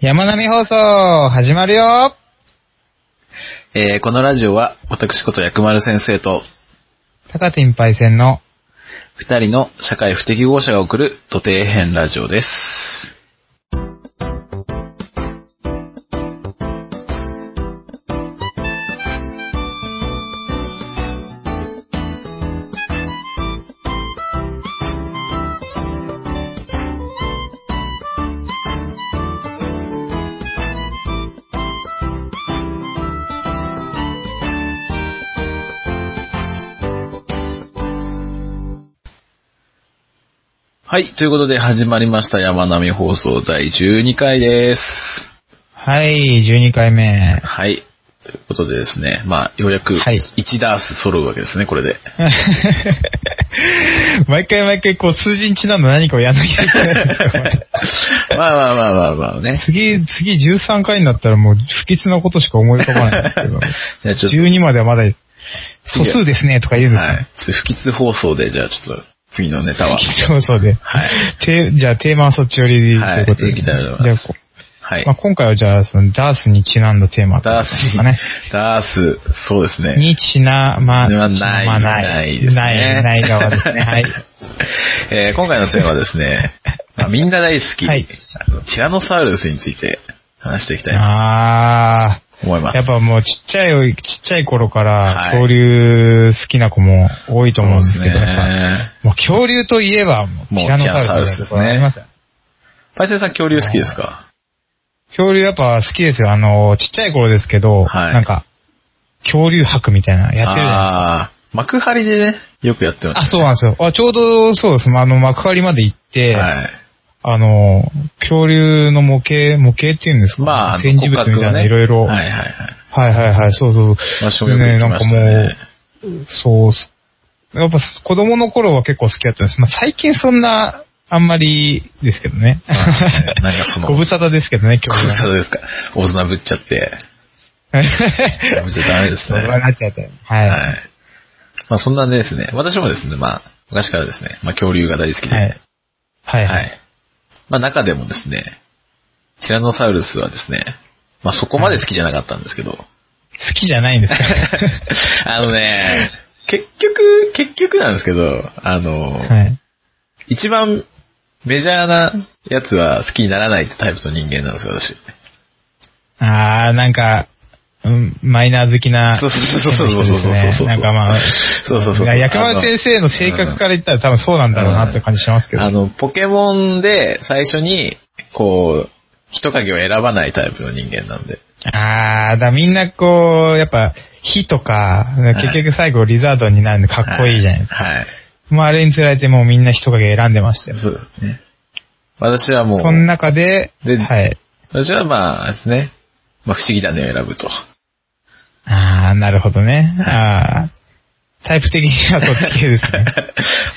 山並放送、始まるよえーこのラジオは、私こと薬丸先生と、高天パイセンの、二人の社会不適合者が送る土底編ラジオです。はい、ということで始まりました山並放送第12回です。はい、12回 目。はい。ということでですね、まあ、ようやくはい1ダース揃うわけですね、これで。 毎回毎回こう数字にちなんだ何かをやんなきゃいけないんですよこれ。まあまあまあまあまあね。次、次13回になったらもう不吉なことしか思い浮かばないんですけど。じゃあちょっと、 12まではまだ、素数ですねとか言うんですはい。不吉放送で、じゃあちょっと、次のネタ は。よ。そうそうで。てじゃあテーマはそっち寄りでということはいで。いきじたゃいと思いますあこはいまあ。今回はじゃあそのダースにちなんだテーマってことダースですにかね。、ダース、そうですね。にちなま、まあちないまないですねない、ない側ですね。 はい。えー今回のテーマはで すね、まあ、みんな大好き、はいあのティラノサウルスについて話していきたいとあ思いまあ、す。やっぱもうちっちゃい、ちっちゃい頃からはい恐竜好きな子も多いと思うんですけど、そうでやすねっぱもう恐竜といえば、もうティラノサウルスもうティラノサウルスですねありますよパイセンさん恐竜好きですか恐竜やっぱ好きですよ。あの、ちっちゃい頃ですけど、はいなんか、恐竜博みたいなのやってるじゃないですか。あー幕張でね、よくやってましあ、た、そうなんですよ。あ、ちょうどそうです。まああの、幕張まで行って、はい。あの、恐竜の模型、模型っていうんですか、まあ、あの展示物みたいな、いろいろ。骨格をねははいいはいはい。はいはい、そうそう。私もよく行きましたね。なんかもう、そうそう。やっぱ子供の頃は結構好きだったんです。まあ最近そんな、あんまりですけどね。はいなんかその ご無沙汰ですけどね、ご恐竜無は沙汰ですか大綱ぶっちゃって。ぶっちゃダメです そうね。なっちゃった。はい。はい。まあそんなですね、私もですね、まあ昔からですね、まあ恐竜が大好きで、はい。はい。は。はいまあ中でもですね、ティラノサウルスはですね、まあそこまで好きじゃなかったんですけど、好きじゃないんですか あのね、結局、結局なんですけど、あの、はい。一番メジャーなやつは好きにならないってタイプの人間なんですよ、私。あー、なんか、うん、マイナー好きな。そうそうそうそうそうそうそうですねなんかまあ、そうそうそうそう薬丸先生の性格から言ったら多分そうなんだろうなって感じしますけど。あの、ポケモンで最初に、こう、人影を選ばないタイプの人間なんで。あー、だからみんなこう、やっぱ、火とか、結局最後リザードンになるんでかっこいいじゃないですか。か。はい。まああれにつられてもうみんな人影選んでましたよ。そうですね。私はもう、その中で、ではい。私はまあですね、まあ不思議だねを選ぶと。 あー、なるほどね。あー、タイプ的にはそっち系ですね。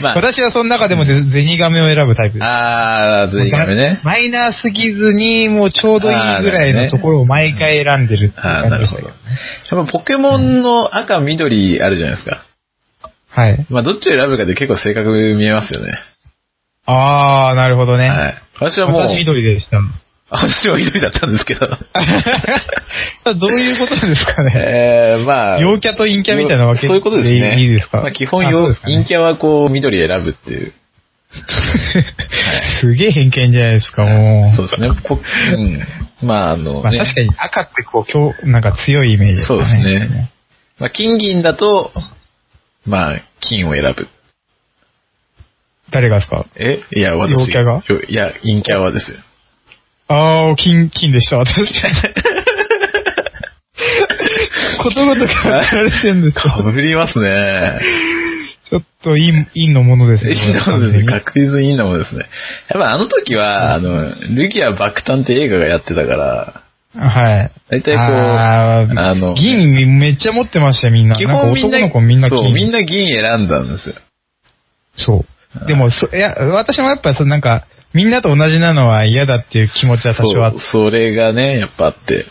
まあ、私はその中でもゼゼニガメを選ぶタイプです。あー、ずいがめね。マイナーすぎずに、もうちょうどいいぐらいのところを毎回選んでるっていうあー、感なじるでしほたど。けど。やっぱポケモンの赤、緑あるじゃないですか。はい。まあ、どっちを選ぶかで結構性格見えますよね。あー、なるほどね。はい。私はもう、私緑でした。私は緑だったんで すけど。どういうことなんですかね。えー、まあ、陽キャと陰キャみたいな分けそういうことですね。いいですか、まあ、基本あそう陽、ですかね陰キャはこう、緑選ぶっていう。すげえ偏見じゃないですか、もう。そ うですね。ポうん。まあ、あの、まあね確かに赤ってこう、今日、なんか強いイメージそうですね。まあ、金銀だと、まあ、金を選ぶ。誰がですかえいや、私。陽キャがいや、陰キャはですよ。あー、金、金でした、私。ことごとく当てられてるんですかよ。ぶりま すね。ちょっと、陰、陰のものですね。いいなものですね。確実にいいなものですね。やっぱあの時は、あの、ルギア爆誕って映画がやってたから、はい。大体こうあーあの銀めっちゃ持ってましたよ、みんな。基なんか本みんな、男の子みんなそう、みん銀。な銀選んだんですよ。そう。でも、そいや、私もやっぱ、そうなんか、みんなと同じなのは嫌だっていう気持ちは多少あって。そうそれがね、やっぱあって、やっ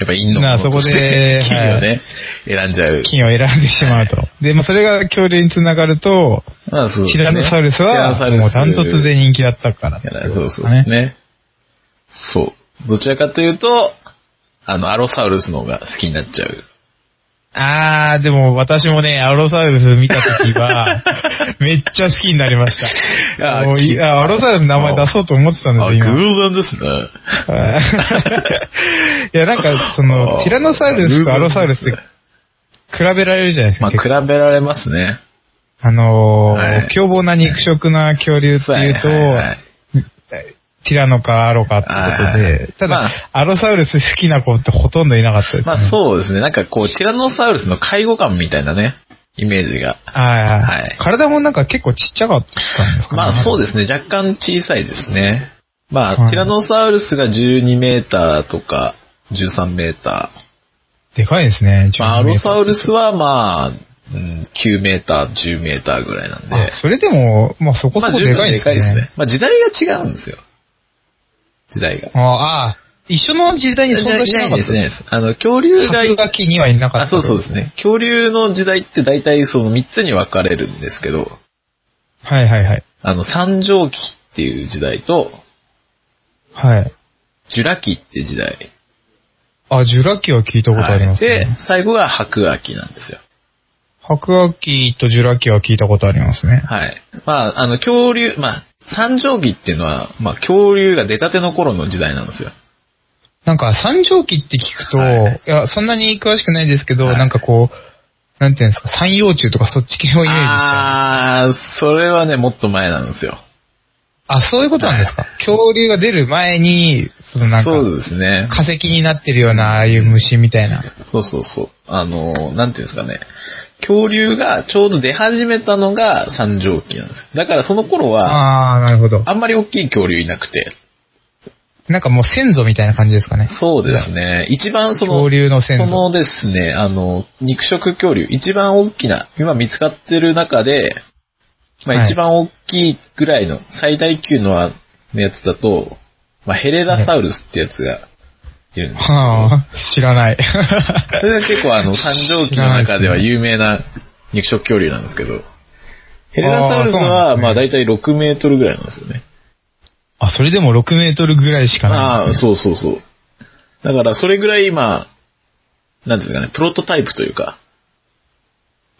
ぱ陰のなあものとしてそこで金をね、選んじゃう。金を選んでしまう と。で、まあ、それが恐竜につながると、まあそうですティねラノサウルスティラはノサ、ウルスもうダントツで人気だったからっいてやことそうですそうかでねすね。そう。どちらかというと、あの、アロサウルスの方が好きになっちゃう。あー、でも私もね、アロサウルス見た時 は、めっちゃ好きになりましいた。やもういきやアロサウルスの名前出そうと思ってたんですあ、よ、偶今。然ですね。 はいいや、なんか、そあの、ーティラノサウルスとアロサウルスって比べられるじゃないですまか。あ、比べられますね。あのーはい凶暴な肉食な恐竜っていうと、はいはいはいティラノかアロかってことで、はいはいただ、まアロサウルス好きな子ってほとんどいなかったです、ね。まあ、そうですね。なんかこう、ティラノサウルスの介護官みたいなね、イメージが。はいはい、はい体もなんか結構ちっちゃかったんですかね。まあ、そうでですね。若干小さいですね。まはあ、いティラノサウルスが12メーターとか、13メータす。でかいですね。ー。まあ、アロサウウルスはまあ、うん9メーター、10メーターぐらいなんで。あ、それでも、まあそこそまあ、こ十で分かいででね。すかいですね。まあ、時代が違うんですよ。時代が。ああ、一緒の時代に存在しなかいっでたす。ね。あの、恐竜が、白書きにはいなかった。あ、そうそうですね。恐竜の時代って大体その3つに分かれるんですけど、はいはいはい。あの、三畳紀っていう時代と、はい。ジュラ紀って時代。あ、ジュラ紀は聞いたことあります、ねはいで、最後が白亜紀なんですよ。白亜紀とジュラ紀は聞いたことありますね。はい。まあ、あの、恐竜、まあ、三畳紀っていうのは、まあ、恐竜が出たての頃の時代なんですよ。なんか、三畳期って聞くと、、はいや、そんなに詳しくないですけど、はいなんかこう、なんていうんですか、三葉虫とかそっち系をイメージしてああー、それはね、もっと前なんですよ。そういうことなんですか。恐竜が出る前に、そのなんか、そうですね。化石になってるような、ああいう虫みたいな。そうそうそう。あの、なんていうんですかね。恐竜がちょうど出始めたのが三畳紀なんです。だからその頃は、ああ、なるほど。あんまり大きい恐竜いなくて。なんかもう先祖みたいな感じですかね。そうですね。一番その、恐竜の先そ祖。のですね、あの、肉食恐竜、一番大きな、今見つかってる中で、まはあい一番大きいぐらいの、最大級のあのやつだと、まあヘレラサウルスってやつがいるんですけどはあ、知ら ない。それが結構あ の、三畳紀の中では有名な肉食恐竜なんですけど、ヘレラサウあーそうなんでルスすは、ねまあ大体6メートルぐらいなんですよね。あ、それでも6メートルぐらいしかない。ああ、そうそうそう。だからそれぐらい今、なんていうんですかね、プロトタイプというか、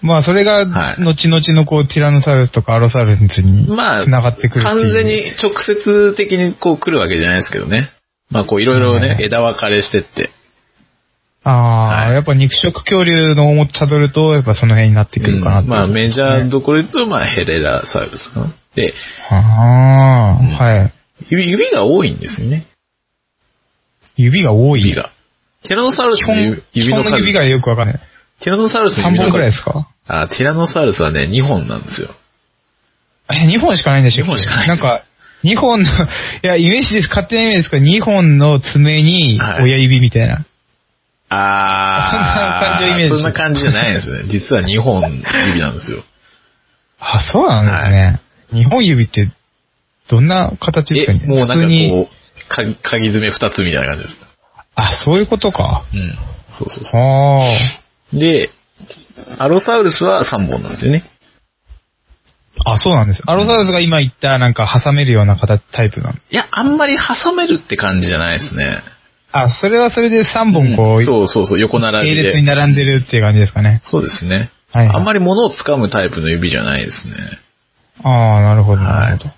まあ、それが、はい後々のこう、ティラノサウルスとかアロサウルスに、まあ、繋がってくるっていう。完全に直接的にこう来るわけじゃないですけどね。まあこういろいろはいねは、い枝分かれしてって。ああ、はいやっぱ肉食恐竜の思って辿ると、やっぱその辺になってくるかなってうんいうまあメジャーねどころで言うと、まあヘレラサウルスかな。で、ああ、はい。指指が多いんですよね、指が多い。指が。ティラノサウルス基の本指、基指の本の数指。がよくわかんない。ティラノサウルスの3指の本数。くらいですかあ、ティラノサウルスはね、2本なんですよ。え、2本しかないんでしょ二本しかないんか、2本の、いや、イメージです。勝手なイメージですけど、2本の爪にはい親指みたいな。あー。そんな感じのイメージ そんな感じじゃないんです ね。実は2本指なんですよ。あ、そうなんですね。2本指って、どんな形ですかねえ、もうな普通にんかこう、か鍵爪2つみたいな感じです。あ、そういうことか。うん。そうそうそあう。で、アロサウルスは3本なんですよね。あ。あ、そうなんです。アロサウルスが今言った、なんか挟めるような形、タイプなの。いや、あんまり挟めるって感じじゃないですね。あ、それはそれで3本こう、そうそうそう、横並並び列にで。並んでるっていう感じですかね。そうですね。はいはいあんまり物を掴むタイプの指じゃないですね。ああ、なるほど、はいなるほど。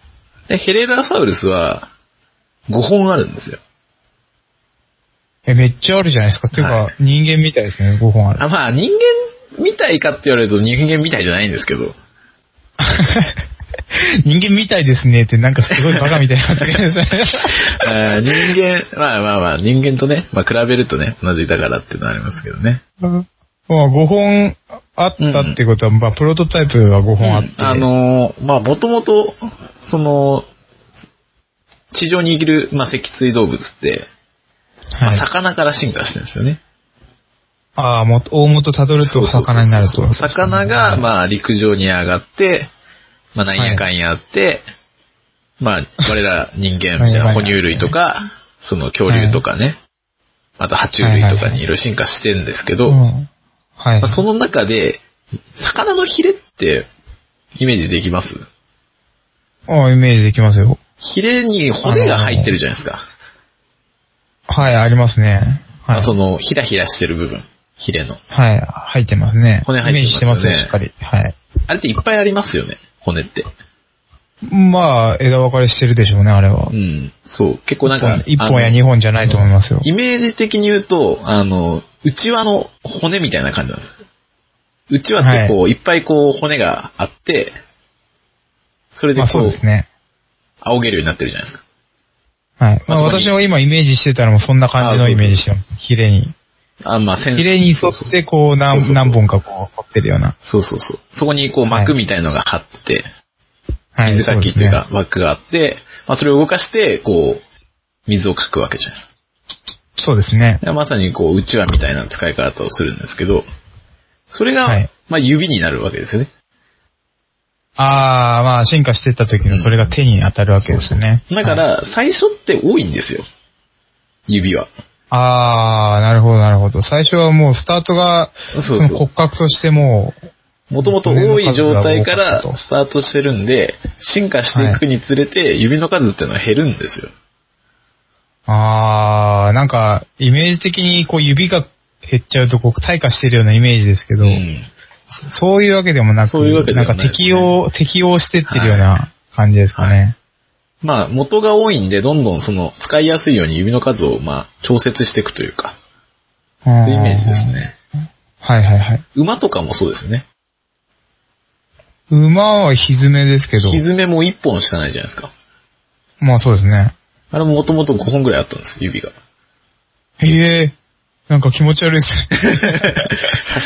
で、ヘレラサウルスは5本あるんですよ。え、めっちゃあるじゃないですか。っていうはか、人間みたいですね、5本ある。あまあ、人間みたいかって言われると人間みたいじゃないんですけど。 人間みたいですねって、なんかすごいバカみたいな発言ですね。 あー人間、まあまあまあ、人間とね、まあ比べるとね、同じだからっていうのはありますけどね。まあ、5本あったってことは、まあ、プロトタイプは5本あって。あのーまあ、もともと、その、地上に生きる、まあ、脊椎動物って、まはあい、魚から進化してるんですよね。ああ、もう大元たどると魚になるとそうそうそう魚が、まあ、陸上に上がって、まあ、なんやかんやあって、まあ、我ら人 間みたいな哺乳類とか、その恐竜とかね、あと爬虫類とかにいろいろ進化してるんですけうど、んはい。まあその中で、魚のヒレって、イメージできますああ、イメージできますよ。ヒレに骨が入ってるじゃないですか。はい、ありますね。まはあい。その、ひらひらしてる部分、ヒレの。はい、入ってますね。骨入ってますよイメーねジしてますよ、しっかり。はい。あれっていっぱいありますよね、骨って。まあ、枝分かれしてるでしょうね、あれはう。ん。そう。結構なんか、一本あやの二本じゃないと思いますよ。イメージ的に言うと、あの、内輪の骨みたいな感じなんです。内輪ってこう、い、っぱいこう骨があって、それでまこあう、そうですね。仰げるようになってるじゃないですか。はい。まあまあつまり私の今イメージしてたのもそんな感じのイメージしてます。ヒレに。あ、まあ、センヒレに沿ってこうそうそうそ何う何本かこう沿ってるような。そうそうそう。そこにこう膜みたいのが張って、はい。水かきというかそ膜があって、まあそれを動かして、こう、水をかくわけじゃないですか。うですね。だからまさにこう、うちわみたいな使い方をするんですけど、それが、はいまあ指になるわけですよね。ああ、まあ進化していった時のそれが手に当たるわけですよね。だかはい、ら、最初って多いんですよ。指は。ああ、なるほどなるほど。最初はもうスタートが、そうそそうの骨格としてもう、もともと多い状態からスタートしてるんで、進化していくにつれて、指の数っていうのは減るんですよ。ああ、なんか、イメージ的にこう指が減っちゃうとこう退化してるようなイメージですけど、うんそういうわけでもなく、そういうわけでもないんか適応、適応してってるような感じですかね。まあ、元が多いんで、どんどんその、使いやすいように指の数を、まあ、調節していくというか、そうそういうイメージです。ね。はいはいはい。馬とかもそうですよね。馬はひずめですけど、ひずめも1本しかないじゃないですか。まあそうですね。あれももともと5本ぐらいあったんです、指 が。ええなんか気持ち悪いです。 確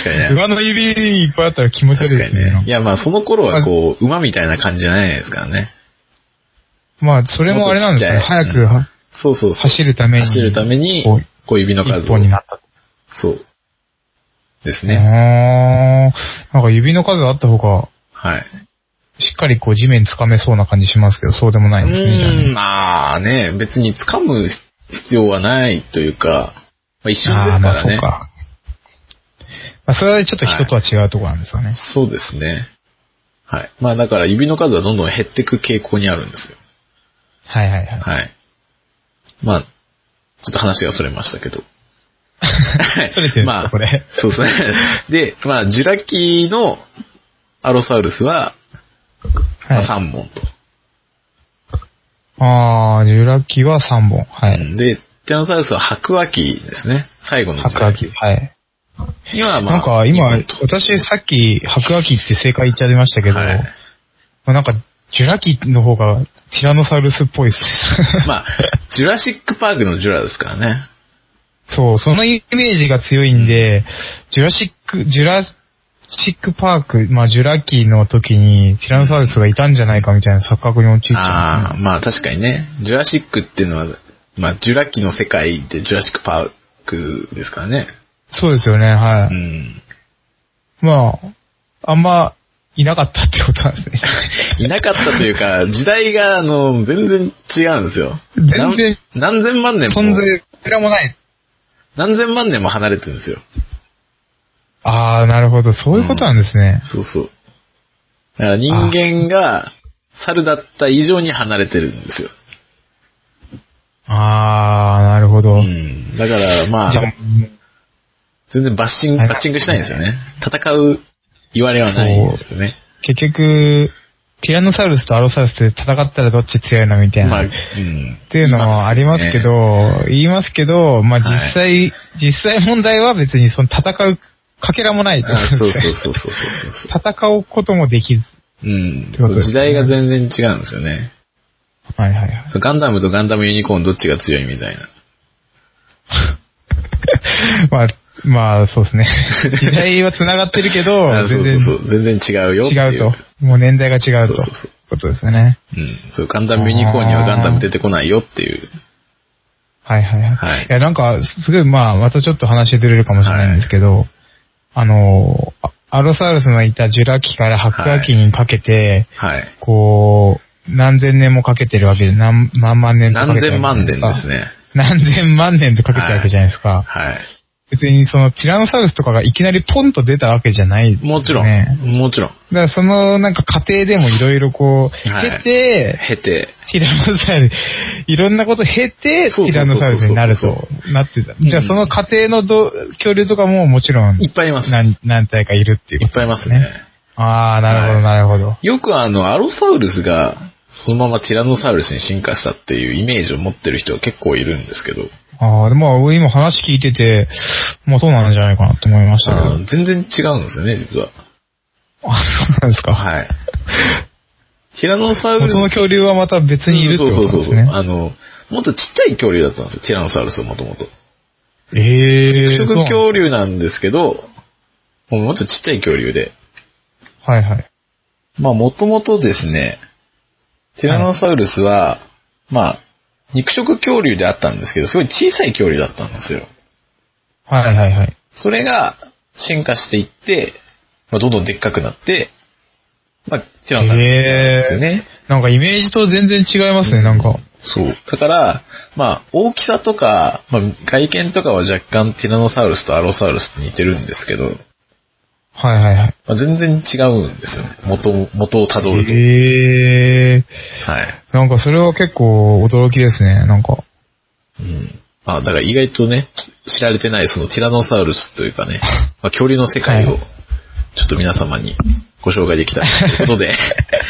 かにね。馬の指いっぱいあったら気持ち悪い確でかすにね。ね。いや、まあ、その頃はこう、馬みたいな感じじゃないですからね。まあ、それもあれなんですかね。もっと早ちっちゃいくはそうそうそう。走るために。走るためにこう、こう指の数一を本。になった。そう。ですね。ね。なんか指の数あった方が、はい。しっかりこう地面掴めそうな感じしますけど、そうでもないんですね。じゃあうーねん、まあね、別に掴む必要はないというか、まあ、一瞬でああ、すかまあらそうね。か。まあそれはちょっと人とは違うところなんですよね。そうですね。はい。まあだから指の数はどんどん減っていく傾向にあるんですよ。はいはいはい。はい。まあ、ちょっと話がそれましたけど。 それてるんですかまあ、これ。そうですね。で、まあ、ジュラ紀のアロサウルスは、まはいあ、3本と。ああ、ジュラ紀は3本。はうい。んで、ティラノサウルスは白亜紀ですね。最後の時白亜代。紀。はい。今はまあ、なんか今、日本と私さっき白亜紀って正解言っちゃいましたけど、はいまあなんかジュラ紀の方がティラノサウルスっぽいです。まあ、ジュラシックパークのジュラですからね。 そう、そのイメージが強いんで、ジュラシック、ジュラシックパーク、まあジュラ紀の時にティラノサウルスがいたんじゃないかみたいな錯覚に陥っちゃうんですああ、まあ確かにね。ジュラシックっていうのは、まあ、ジュラ紀の世界でジュラシックパークですからね。ね。そうですよね、はうい。ん。まあ、あんまいなかったってことなんですね。 いなかったという か、時代が、あの、全然違うんですよ。全何然何千万年存も、在、すらもない。何千万年も離れてるんですよ。ああ、なるほど。そういうことなんですね。そうそう。だから人間が、猿だった以上に離れてるんですよ。ああ、なるほど。うん。だから、まあじゃ、あ、全然バッシング、はいバッチングしないんですよね。戦う、言われはないんですよね。結局、ティラノサウルスとアロサウルスで戦ったらどっち強いのみたいな。まあ、うっん。ていうのはありますけど、ね言いますけど、まあ実際、は実際問題は別にその戦うかけらもない。あそうそうそうそうそうそうそ戦うこともできず。う。うんてそことう。ですね時代が全然違うんですよね。はいはいはい。そうガンダムとガンダムユニコーンどっちが強いみたいな。 まあ、まあそうですね。 時代は繋がってるけど あ、そ全うそう然そう。全然違うよっていう。違うと。もう年代が違うと。そうそうそうことですよね。うん。そう、ガンダムユニコーンにはガンダム出てこないよっていう。はいはいはい。はいいや、なんか、すごい、まあ、またちょっと話ずれるかもしれないんですけど、あの、あアロサウルスのいたジュラ紀から白亜紀にかけて、はい。こう、何千年もかけてるわけで、何何万年とか何けてる千わ万けじゃ年ないですか。ね。何千万年とかけてるわけじゃないですか。はい。別にそのティラノサウルスとかがいきなりポンと出たわけじゃない、もちろん、ね。もちろん。だからそのなんか過程でもいろいろこう、はい経て、経て、ティラノサウルス、いろんなことを経て、テそうそうそうそうィラノサウルスになるとなってた。んじゃあその過程のど恐竜とかももちろんいっぱいいます。い何何体かいるっていうっことぱいいますね。ああ、なるほはど、いなるほど。よくあの、アロサウルスが、そのままティラノサウルスに進化したっていうイメージを持ってる人は結構いるんですけど、ああ、でも今話聞いてて、まあそうなんじゃないかなと思いましたけあど。の全然違うんですよね、実は。あ、そうなんですか。はい。ティラノサウルス元の恐竜はまた別にいるってことなんそうでそうすそうそう。ね。あの、もっとちっちゃい恐竜だったんですよ、ティラノサウルスはもともと。ええ肉ー。食そう恐竜なんですけど、もうもっとちっちゃい恐竜で。はいはい。まあ、もともとですね、ティラノサウルスは、まあ、肉食恐竜であったんですけど、すごい小さい恐竜だったんですよ。はいはいはい。それが進化していって、まあ、どんどんでっかくなって、まあ、ティラノサウルスですよね。なんかイメージと全然違いますね、なんか。そう。だから、まあ、大きさとか、まあ、外見とかは若干ティラノサウルスとアロサウルスって似てるんですけど、はいはいはい。まあ、全然違うんですよね。元を、元をたどると。ええはい。ー。なんかそれは結構驚きですね、なんか。 うん。まあ、だから意外とね、知られてないそのティラノサウルスというかね、まあ、恐竜の世界はをい、ちょっと皆様にご紹介できたということで、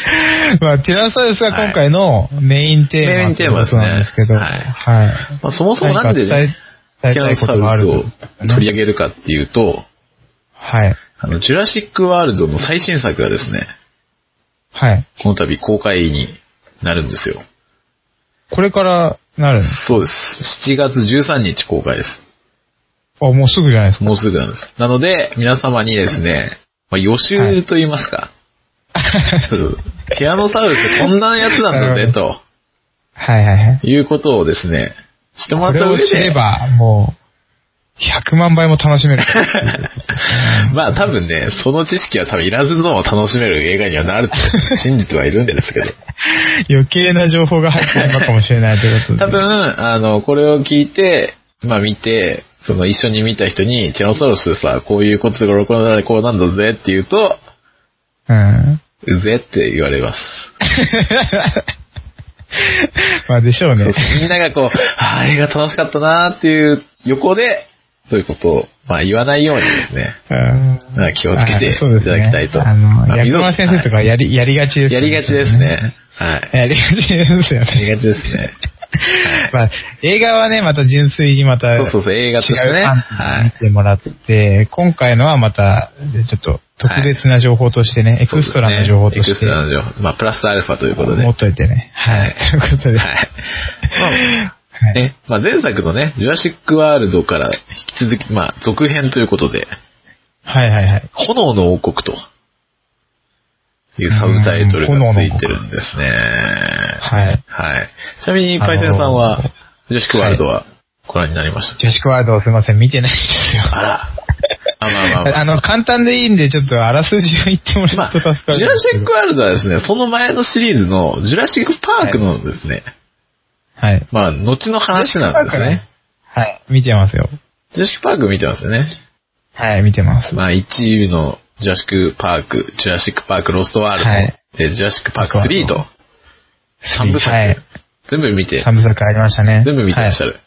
まあ、ティラノサウルスが今回のメインテーマ、メインテーマですねなんですけど、はいはい。まあ、そもそもなんで何ね、か伝えティ伝えラノたいこサとがあウるルスとを取り上げるかっていうと、はい。あの、ジュラシックワールドの最新作がですね、はい。この度公開になるんですよ。これからなるんです。そうです。7月13日公開です。あ、もうすぐじゃないですか。 もうすぐなんです。なので、皆様にですね、まあ、予習と言いますか。そうそうティラノサウルスってこんなやつなんだぜ、とはいはいはい。いうことをですね、してもこらっれたを上で知れば、もう、100万倍も楽し める。まあ多分ね、その知識は多分いらずのも楽しめる映画にはなると信じてはいるんですけど。余計な情報が入ってしまうかもしれないということで。多分、あの、これを聞いて、まあ見て、その一緒に見た人に、ティラノサウルスさ、こういうことがこうなんだこうなんだぜって言うと、うん。うぜって言われます。 まあでしょうそねう。そうみんながこう、ああ、映画楽しかったなーっていう横で、そういうことを、まあ言わないようにですね、うんまあ気をつけていはいそうですねただきたいとあの、まあ薬丸先生とかやり、やりがちですねやりがちです。ね。はい。やりがちですよやりね。がちですね。まあ、映画はね、また純粋にまた、そうそうそう、映画として違ね。うは観点で見い。てもらって、今回のはまた、ちょっと特別な情報としてね、エクストラの情報とそうでしすて、ねエクストラの情報。まあ、プラスアルファということで。持はっといてね。はい。ということい。で。まあはいね、まあ前作のね、ジュラシックワールドから引き続き、まあ続編ということで、はいはいはい。炎の王国というサブタイトルがついてるんですね。はい。はい。ちなみに、パイセンさんあはのー、ジュラシックワールドはご覧になりました女子クワードをすいません、見てないんですよ。あら。あ、まあまあまああの、簡単でいいんで、ちょっとあらすじを言ってもらうまあ、ジとュ助かるんでラすシけッど。クワールドはですね、その前のシリーズのジュラシックパークのですね、はい。ジまあ、後ュラの話シックなんですね。パークね。はい。見てますよ。ジュラシックパーク見てますよね。はい、見てます。まあ、1位のジュラシックパーク、ジュラシックパークロストワールド、はいで、ジュラシックパーク3と、3部作、はい。全部見て、三部作ありましたね。全部見てらっしゃはる。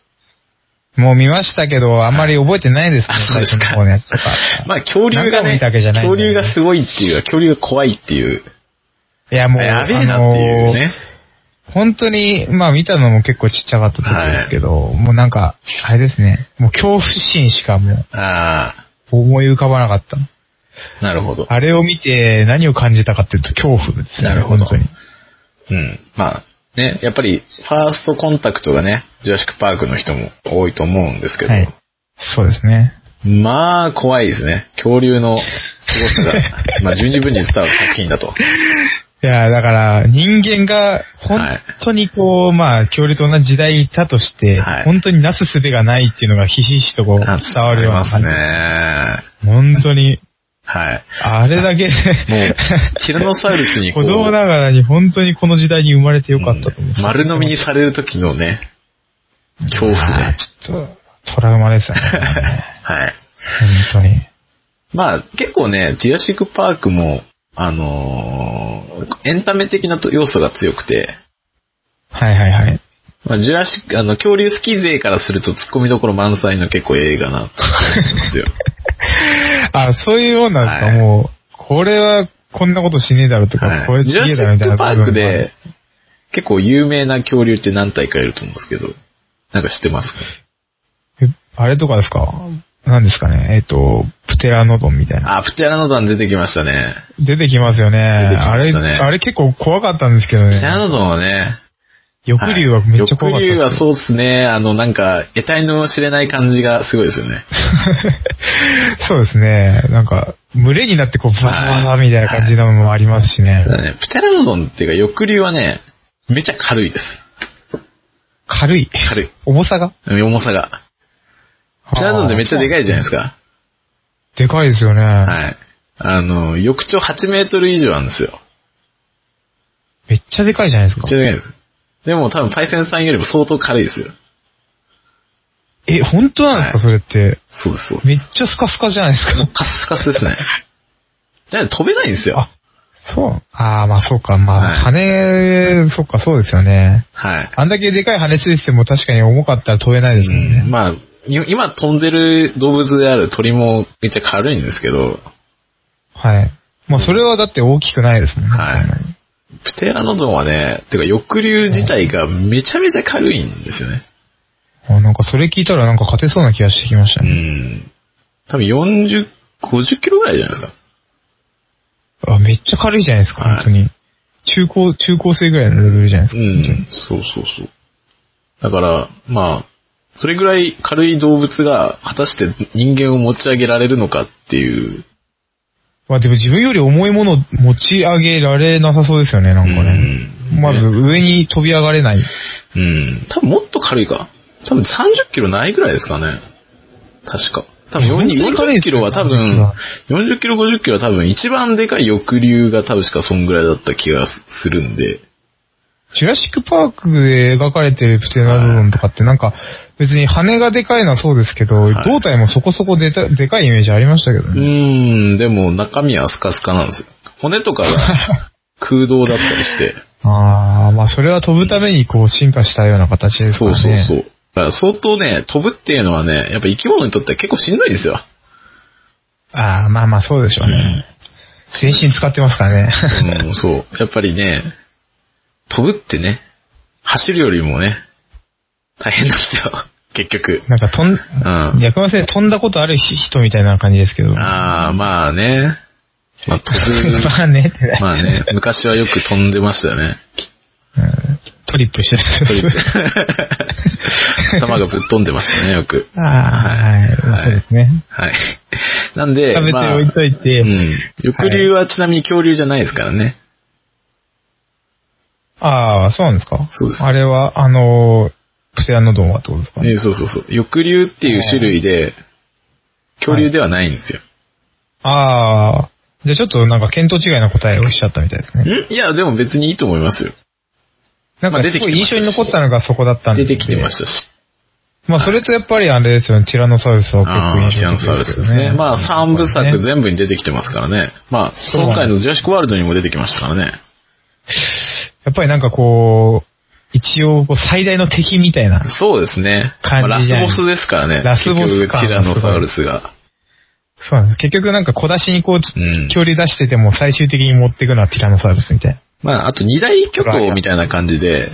いもう見ましたけど、あんまり覚えてないですねあ、。そうです最初かの方のやつとか。。まあ、恐竜が何回もね、見たわけじゃないん恐だけど竜がすごいっていうか、恐竜が怖いっていう、いや、もう、やべえなっていうあのーね。本当に、まあ見たのも結構ちっちゃかった時ですけど、もうなんか、あれですね。もう恐怖心しかもうあ思い浮かばなかった。あ、なるほど。あれを見て何を感じたかっていうと恐怖ですね。なるほど本当に。うん。まあ、ね、やっぱり、ファーストコンタクトがね、ジュラシックパークの人も多いと思うんですけど、はい。そうですね。まあ、怖いですね。恐竜の凄さが、まあ、十二分に伝わる作品だと。いや、だから、人間が、本当にこう、まあ、恐竜と同じ時代にいたとして、はい本当になすすべがないっていうのがひしひしとこう、伝わるようなあります感じ。ね。本当に、はい。あれだけ、もう、ティラノサウルスにこ子 う、供ながらに本当にこの時代に生まれてよかったと思う。うん丸飲みにされる時のね、恐怖あーね。ちょっと、トラウマですよね。 はい。本当に。まあ、結構ね、ジュラシックパークも、あのーエンタメ的なと要素が強くて、はいはいはい。まあ、ジュラシック、あの、恐竜好き勢からすると突っ込みどころ満載の結構映画なと思うんですよ。 あ、そういうもんなんですか、はいもう、これはこんなことしねえだろうとか、こはれい、ジュちラげシえだろみたいッなク部分パークもあるで、結構有名な恐竜って何体かいると思うんですけど、なんか知ってますかえあれとかですか何ですかねえっ、と、プテラノドンみたいな。あ、プテラノザン出てきましたね。出てきますよね。出てきあましれ、たねあれ結構怖かったんですけどプテラね。ノザンはね、翼竜はめっちゃ怖かったです翼竜よ。はそうですね、あの、なんか、得体の知れない感じがすごいですよね。 そうですね。なんか、群れになってこう、バサバサみたいな感じのもありますしねた。だね、プテラノドンっていうか、翼竜はね、めちゃ軽いです。軽い。軽い。重さが重さが。プテラノドンってめっちゃでかいじゃないですか。でかいですよね。はい。あの、翼長8メートル以上なんですよ。めっちゃでかいじゃないですめかっち。ゃでかいです。でも多分パイセンさんよりも相当軽いですよ。え、本当なんですか、それって。そうです、そうでめっちゃスカスカじゃないですす。もうか。カスカスですね。じゃあ飛べないんですよあ。そう。ああ、まあそうか。まあ、は羽、そっか、そうですよね。はい。あんだけでかい羽ついてても確かに重かったら飛べないですもんうんね。まあ、い今飛んでる動物である鳥もめっちゃ軽いんですけど、はい。まあそれはだって大きくないですもんね。はいそんなにプテラノドンはね、てか翼竜自体がめちゃめちゃ軽いんですよね。あなんかそれ聞いたらなんか勝てそうな気がしてきましたうね。ん。多分40、50キロぐらいじゃないですか。あ、めっちゃ軽いじゃないですか、はい本当に。中高、中高生ぐらいのレベルじゃないですうか。本当にん。そうそうそう。だから、まあ、それぐらい軽い動物が果たして人間を持ち上げられるのかっていう。まあでも自分より重いものを持ち上げられなさそうですよね、なんかね。うんまず上に飛び上がれない。うん。多分もっと軽いか。多分30キロないぐらいですかね。確か。多い分や本当に軽いで40すよキロは多30キロ分は、 40キロ、50キロは多分一番でかい翼竜が確かそんぐらいだった気がするんで。ジュラシックパークで描かれてるプテラノドンとかってなんか、別に羽がでかいのはそうですけど、はい胴体もそこそこでたでかいイメージありましたけどうね。ーん、でも中身はスカスカなんですよ。骨とか が空洞だったりして。ああ、まあそれは飛ぶためにこう進化したような形ですかそうらそうね。そう。だから相当ね、飛ぶっていうのはね、やっぱ生き物にとっては結構しんどいんですよ。ああ、まあまあそうでしょうね。全身使ってますからね。 うん、そう。やっぱりね、飛ぶってね、走るよりもね、大変なんですよ。結局。なんか飛ん、うん。役割性飛んだことある人みたいな感じですけど。ああ、まあね。まあ飛ぶ。 まあねって。まあね、昔はよく飛んでましたよね。うんトリップしてた。飛ぶ頭がぶっ飛んでましたね、よく。 ああ、はい。そうですね。はい。なんで、食べてまあ置いといて。うん。翼竜はちなみに恐竜じゃないですからね。ああ、そうなんですかそうですあれは、あのー、プテラノドンはってことですかえーそうそうそう。翼竜っていう種類で、恐竜ではないんですよ。ああ、じゃあちょっとなんか見当違いな答えをしちゃったみたいですね。んいや、でも別にいいと思いますよ。なんまあか出すてきごてい印ましたし象に残ったのがそこだったんで。出てきてましたし。た。まあそれとやっぱりあれですよね、ティラノサウルスはああー、結テ構ィラノ印象サウル的スでですすよね。ね。まあ3部作ね全部に出てきてますからね。まあ、そうなんです今回のジュラシックワールドにも出てきましたからね。やっぱりなんかこう、一応こう最大の敵みたいな。そうですね。まあ感ラじじスゃんボスですからね。ラスボス感結局ティラノサウルスが。そうなんです。結局なんか小出しにこう、うん距離出してても最終的に持っていくのはティラノサウルスみたいな。まあ、あと二大巨頭みたいな感じで、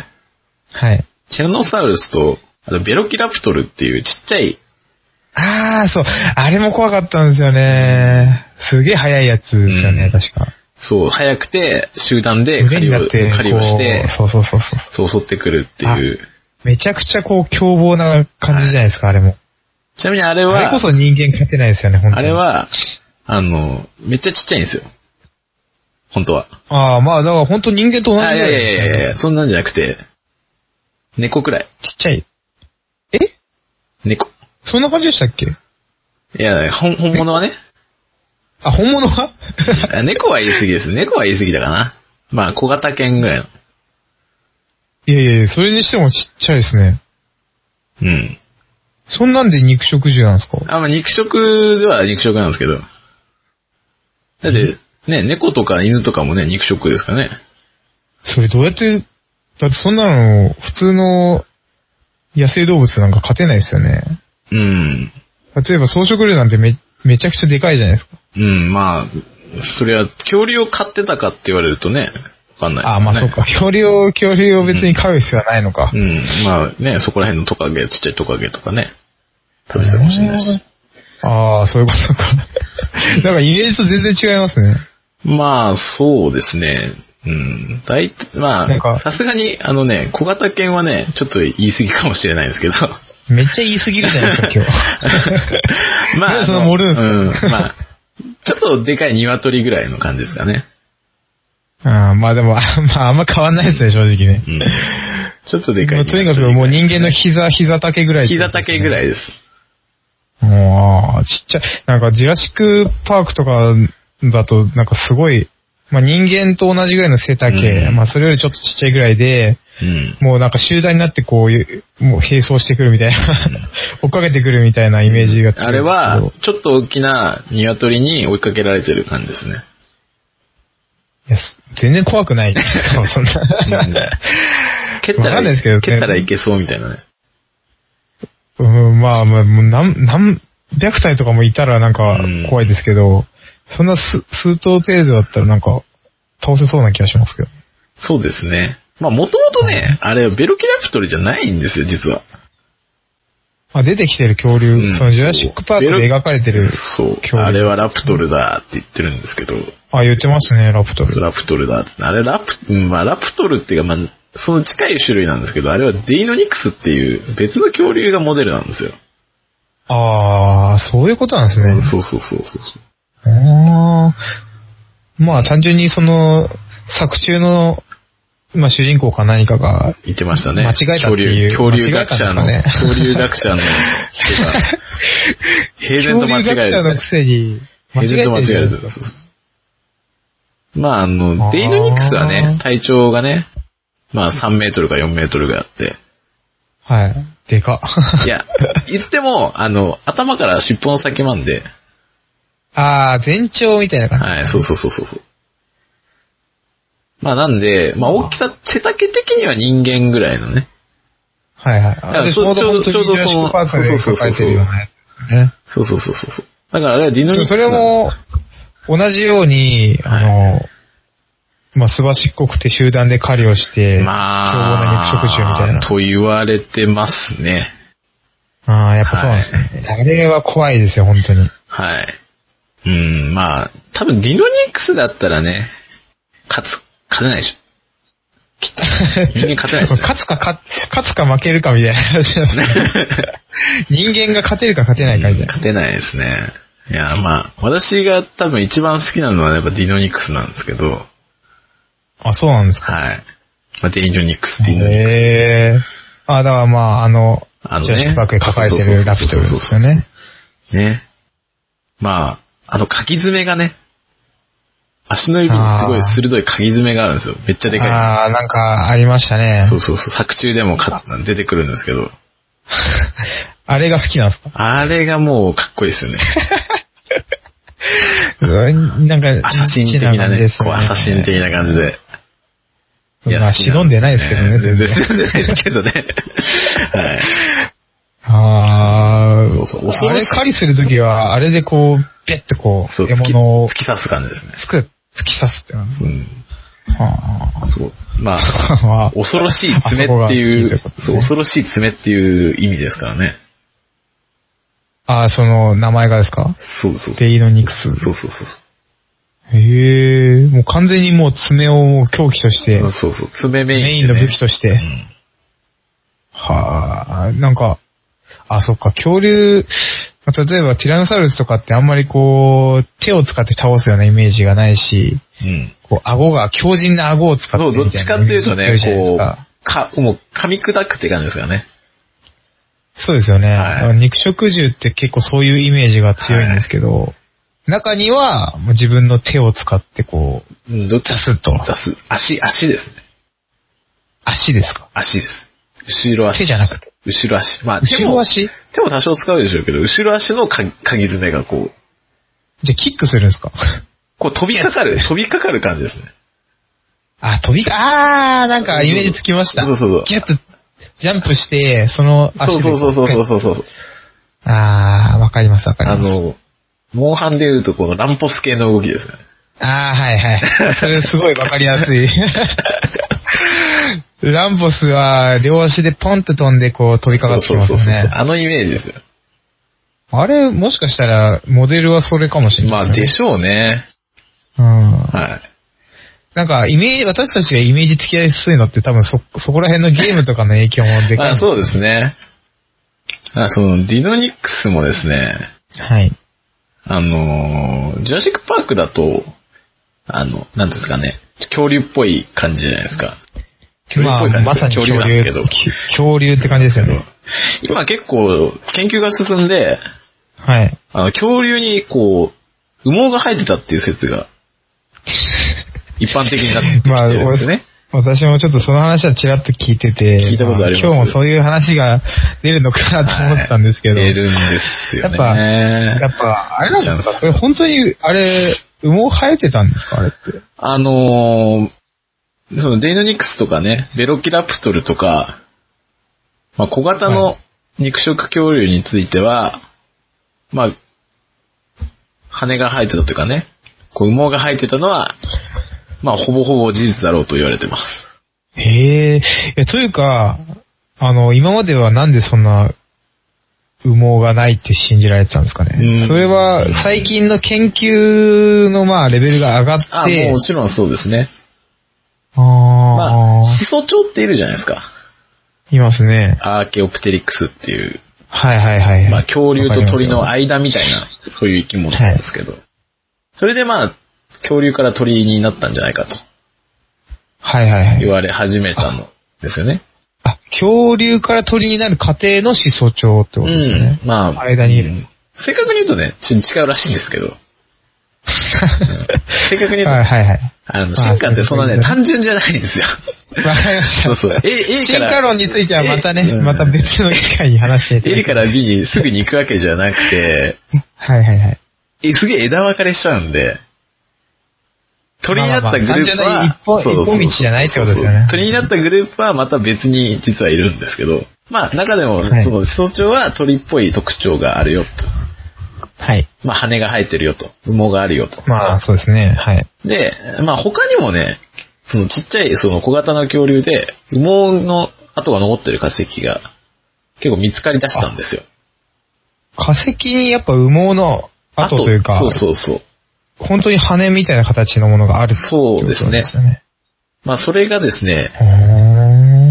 はい。ティラノサウルスと、あとベロキラプトルっていうちっちゃい、ああ、そう。あれも怖かったんですよね。すげえ速いやつですよね、うん確か。そう、速くて、集団で群れ狩にりなを、って、狩りをして、こうそうそうそうそう。そう襲ってくるっていう。めちゃくちゃこう凶暴な感じじゃないですか、あれも。ちなみにあれあれは、こそ人間勝てないですよね、本当あに。れ。は、あの、めっちゃちっちゃいんですよ。本当は。ああ、まあだから本当人間と同じぐあ、いやらいいやですいよねやいやそんなんじゃなくて、猫くらい。ちっちゃい。え猫。そんな感じでしたっけいや、本、本物はね。あ、本物 はあ猫は言い過ぎです。猫は言い過ぎだかな。まあ、小型犬ぐらいの。いやいやいや、それにしてもちっちゃいですね。うん。そんなんで肉食獣なんですかあ、まあ、肉食では肉食なんですけど。だって、ね、猫とか犬とかもね、肉食ですからね。それどうやって、だってそんなの、普通の野生動物なんか勝てないですよね。うん。例えば草食類なんてめ、めちゃくちゃでかいじゃないですか。うん、まあ、それは恐竜を飼ってたかって言われるとね、わかんないですよね、あ、まあそうか。恐竜を、恐竜を別に飼う必要はないのか。うん、まあね、そこら辺のトカゲ、ちっちゃいトカゲとかね、食べてたかもしれないし。ああ、そういうことか。 なんかイメージと全然違いますね。まあ、そうですね。うん。大体、まなんかあ、さすがに、あのね、小型犬はね、ちょっと言い過ぎかもしれない ですけど。めっちゃ言い過ぎるじゃないですか、今日。まあ、そのあの盛るんうん、ですかまあ、ちょっとでかい鶏ぐらいの感じですかね。 あーまあでも、あまああんま変わんないですね、正直ねう。ん。ちょっとでかもいうとにかくもう人間の膝、膝丈ぐらい、膝丈ぐらい。です。もう、ちっちゃい。なんかジュラシックパークとかだと、なんかすごい、まあ人間と同じぐらいの背丈、うんまあそれよりちょっとちっちゃいぐらいで、うん。もうなんか集団になってこういう、もう並走してくるみたいな、追っかけてくるみたいなイメージが強いんですけどあれは、ちょっと大きな鶏に追いかけられてる感じですね。いや、す全然怖くないじゃないですか。そんうんな。蹴ったわかんないら、ですけどね蹴ったらいけそうみたいなね。うん、まあまあ、もう何、何百体とかもいたらなんかうん怖いですけど、そんな数数頭程度だったらなんか倒せそうな気がしますけど。そうですね。まあ、もともとね、あれ、ベロキラプトルじゃないんですよ、実は。まあ出てきてる恐竜、うんそのジュラシックパークそうベでロ描かれてる、そう。恐竜あれはラプトルだって言ってるんですけど、あ、言ってましたね、ラプトル。ラプトルだって。あれ、ラプ、うんまあ、ラプトルっていうか、まあ、その近い種類なんですけど、あれはデイノニクスっていう別の恐竜がモデルなんですよ。ああ、そういうことなんですね。そうそうそうそうそう。あーまあ単純にその、作中の、まあ主人公か何かが、言ってましたね。間違えたっていう恐竜、恐竜学者の、間違えたんですかね恐竜学者の人が、平然と間違え恐竜学者のるく。せに、平然と間違えじゃないでる。すそうかそうそうまあ、あのあー、デイノニクスはね、体長がね、まあ3メートルか4メートルがあって、はい。でか。いや、言っても、あの、頭から尻尾の先まんで、ああ、全長みたいな感じ。はい、そうそうそうそうそう。まあなんで、まあ大きさ、背丈的には人間ぐらいのね、はいはい。やあでちょちちょうどジュラシックパークでその描かれてるようなやつですね。そうそうそうそうそう。だからあれはディでノニもクスそなれんだも、同じように、あの、まあ、すばしっこくて集団で狩りをして、凶暴なまあ、肉食獣みたいな。と言われてますね。ああ、やっぱそうなんですね。あれは怖いですよ、本 当に。はい。うん、まあ、多分ディノニクスだったらね、勝つ、勝てないでしょ。人間勝てないです ね勝つか勝、勝つか負けるかみたいな話なん ですね人間が勝てるか勝てないかみたいな。勝てないですね。いや、まあ、私が多分一番好きなのはやっぱディノニクスなんですけど、はい。あ、そうなんですか。まあ、ディノニクス、ディノニクへス。え。あ、だからまあ、あの、あのねジュラシックパークで書かれてそうそうそうそるうラプトルですよね。ね。まあ、あの、かき爪がね、足の指にすごい鋭いかき爪があるんですよ。めっちゃでかい。ああ、なんかありましたねそ。うそうそう、作中でもか出てくるんですけど、あれが好きなんですかあれがもうかっこいいです よね。うんなんか、アサシン的なね、こうアサシン的な。な感じで。まあ、好き忍んでないですけどね、全全然然。忍んでないですけどね。はい。ああ、そうそう恐あろれしい狩りするときは、あれでこう、ペッてこ、そうう、突獲き物を突き刺す感じですね。つく、突き刺すってなんですうん。はあそう。まあ、まあ恐ろしい爪あそっていこが好きといううこ、とねそう、恐ろしい爪っていう意味ですからね。あー、その、名前がですかそうそうそう。デイノニクス。そうそうそう。へえ、もう完全にもう爪をもう凶器として、そうそう、爪メイン、メインの武器として。うんはあ、なんか、あ、そっか、恐竜、まあ例えばティラノサウルスとかってあんまりこう、手を使って倒すようなイメージがないし、うん。こう、顎が、強靭な顎を使ってそう、どっみたちいなかっていうとイメージ強いじゃないでね、すこかう、か、もう噛み砕くって感じですからね。そうですよね。はい肉食獣って結構そういうイメージが強いんですけど、中にはもう自分の手を使ってこう、うん、どっちザスッと出す。足、足ですね。足ですか足です。後ろ手足じ。ゃなくて。後ろ足。まあ、手後もろ、足手も多少使うでしょうけど、後ろ足のか鍵爪がこう、じゃあキックするんですかこう飛びかかる、飛びかかる感じですね。あ、飛びか、あー、なんかイメージつきました。そうそうそうキュッとジャンプして、そのそ足うで。そうそうそうそうそうそう。あー、わかりますわかりあます。の、モンハンで言うとこのランポス系の動きですよね。ああ、はい はい。それすごいわかりやすい。 ランボスは両足でポンって飛んでこう飛びかかってきますそうそうそうそうね。あのイメージですよ。あれ、もしかしたらモデルはそれかもしれまなあ、いですしょうね。ね。うん。はい。なんかイメージ、私たちがイメージつきやすいのって多分そ、そこら辺のゲームとかの影響もでかい。まあ、そうですね。あその、ディノニックスもですね、はい。あのー、ジュラシックパークだと、あの、なんですかね、恐竜っぽい感じじゃないですか。恐竜っまぽいあ、まさ感にじ、恐恐竜なんで竜すけきど。恐竜って感じですよね。今結構、研究が進んで、はい。あの、恐竜に、こう、羽毛が生えてたっていう説が、一般的になってきてまあ、るんで すね。私もちょっとその話はちらっと聞いてて、聞いたことあります今日もそういう話が出るのかなと思ったんですけど、はい出るんですよね。やっぱ、あれなんですかそれ本当に、あれ、羽毛生えてたんですかあれって。あのーそのデイノニクスとかね、ベロキラプトルとか、まあ、小型はの肉食恐竜については、まあ、羽が生えてたというかね、こう羽毛が生えてたのは、まあ、ほぼほぼ事実だろうと言われてます。へえ。え、というか、あの、今まではなんでそんな、羽毛がないって信じられてたんですかうねん。それは、最近の研究の、まあ、レベルが上がって、あ、もちろんそうですね。あー、まあ、始祖鳥っているじゃないですか。いますね。アーケオプテリクスっていう、はいはいはい。まあ、恐竜と鳥のわか間みたいな、そういう生き物なんですけど。それでまあ、恐竜から鳥になったんじゃないかとりますよはいはいはい。言われ始めたのですよね。あ、恐竜から鳥になる過程の始祖鳥ってことですよね。うん。まあ、間にいるうん正確に言うとね、ち違うらしいんですけど。うん正確に言う と、はいはいはい。あの、進化ってそんなね、まあ単純じゃないんですよ。わかりました。そうそう A- A か進ら化論についてはまたね A- う、んまた別の機会に話していただ A いてから B にすぐに行くわけじゃなくて、はいはいはい。えすげえ枝分かれしちゃうんで、鳥になったグループまあまあまあ単純なは、一歩そうそうそう一歩道じゃないってことですよね鳥になったグループはまた別に実はいるんですけど、まあ中でもはい、その、早朝は鳥っぽい特徴があるよと。はい。まあ羽が生えてるよと。羽毛があるよと。まあ、そうですね。はい。で、まあ他にもね、そのちっちゃいその小型の恐竜で、羽毛の跡が残ってる化石が結構見つかり出したんですよ。化石にやっぱ羽毛の跡というか、そうそうそう。本当に羽みたいな形のものがあるってことそうですねですよね。まあそれがですね、うー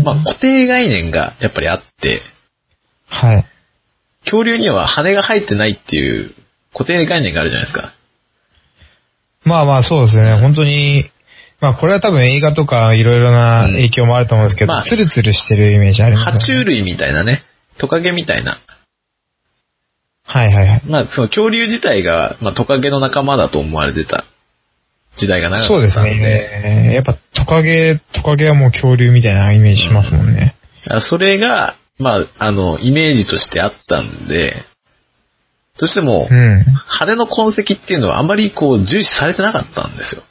んまあ固定概念がやっぱりあって、はい。恐竜には羽が生えてないっていう固定概念があるじゃないですか。まあまあ、そうですよね。本当に、まあこれは多分映画とかいろいろな影響もあると思うんですけうんまどあ、ツルツルしてるイメージあります爬よね。虫類みたいなね、トカゲみたいな。はいはいはい。まあ、その恐竜自体が、まあ、トカゲの仲間だと思われてた時代が長そうかでっすたんで。ね。やっぱトカゲ、トカゲはもう恐竜みたいなイメージしますもんね。あそれが、まあ、あの、イメージとしてあったんで、どうしてもう、ん。羽の痕跡っていうのはあまりこう重視されてなかったんですよ。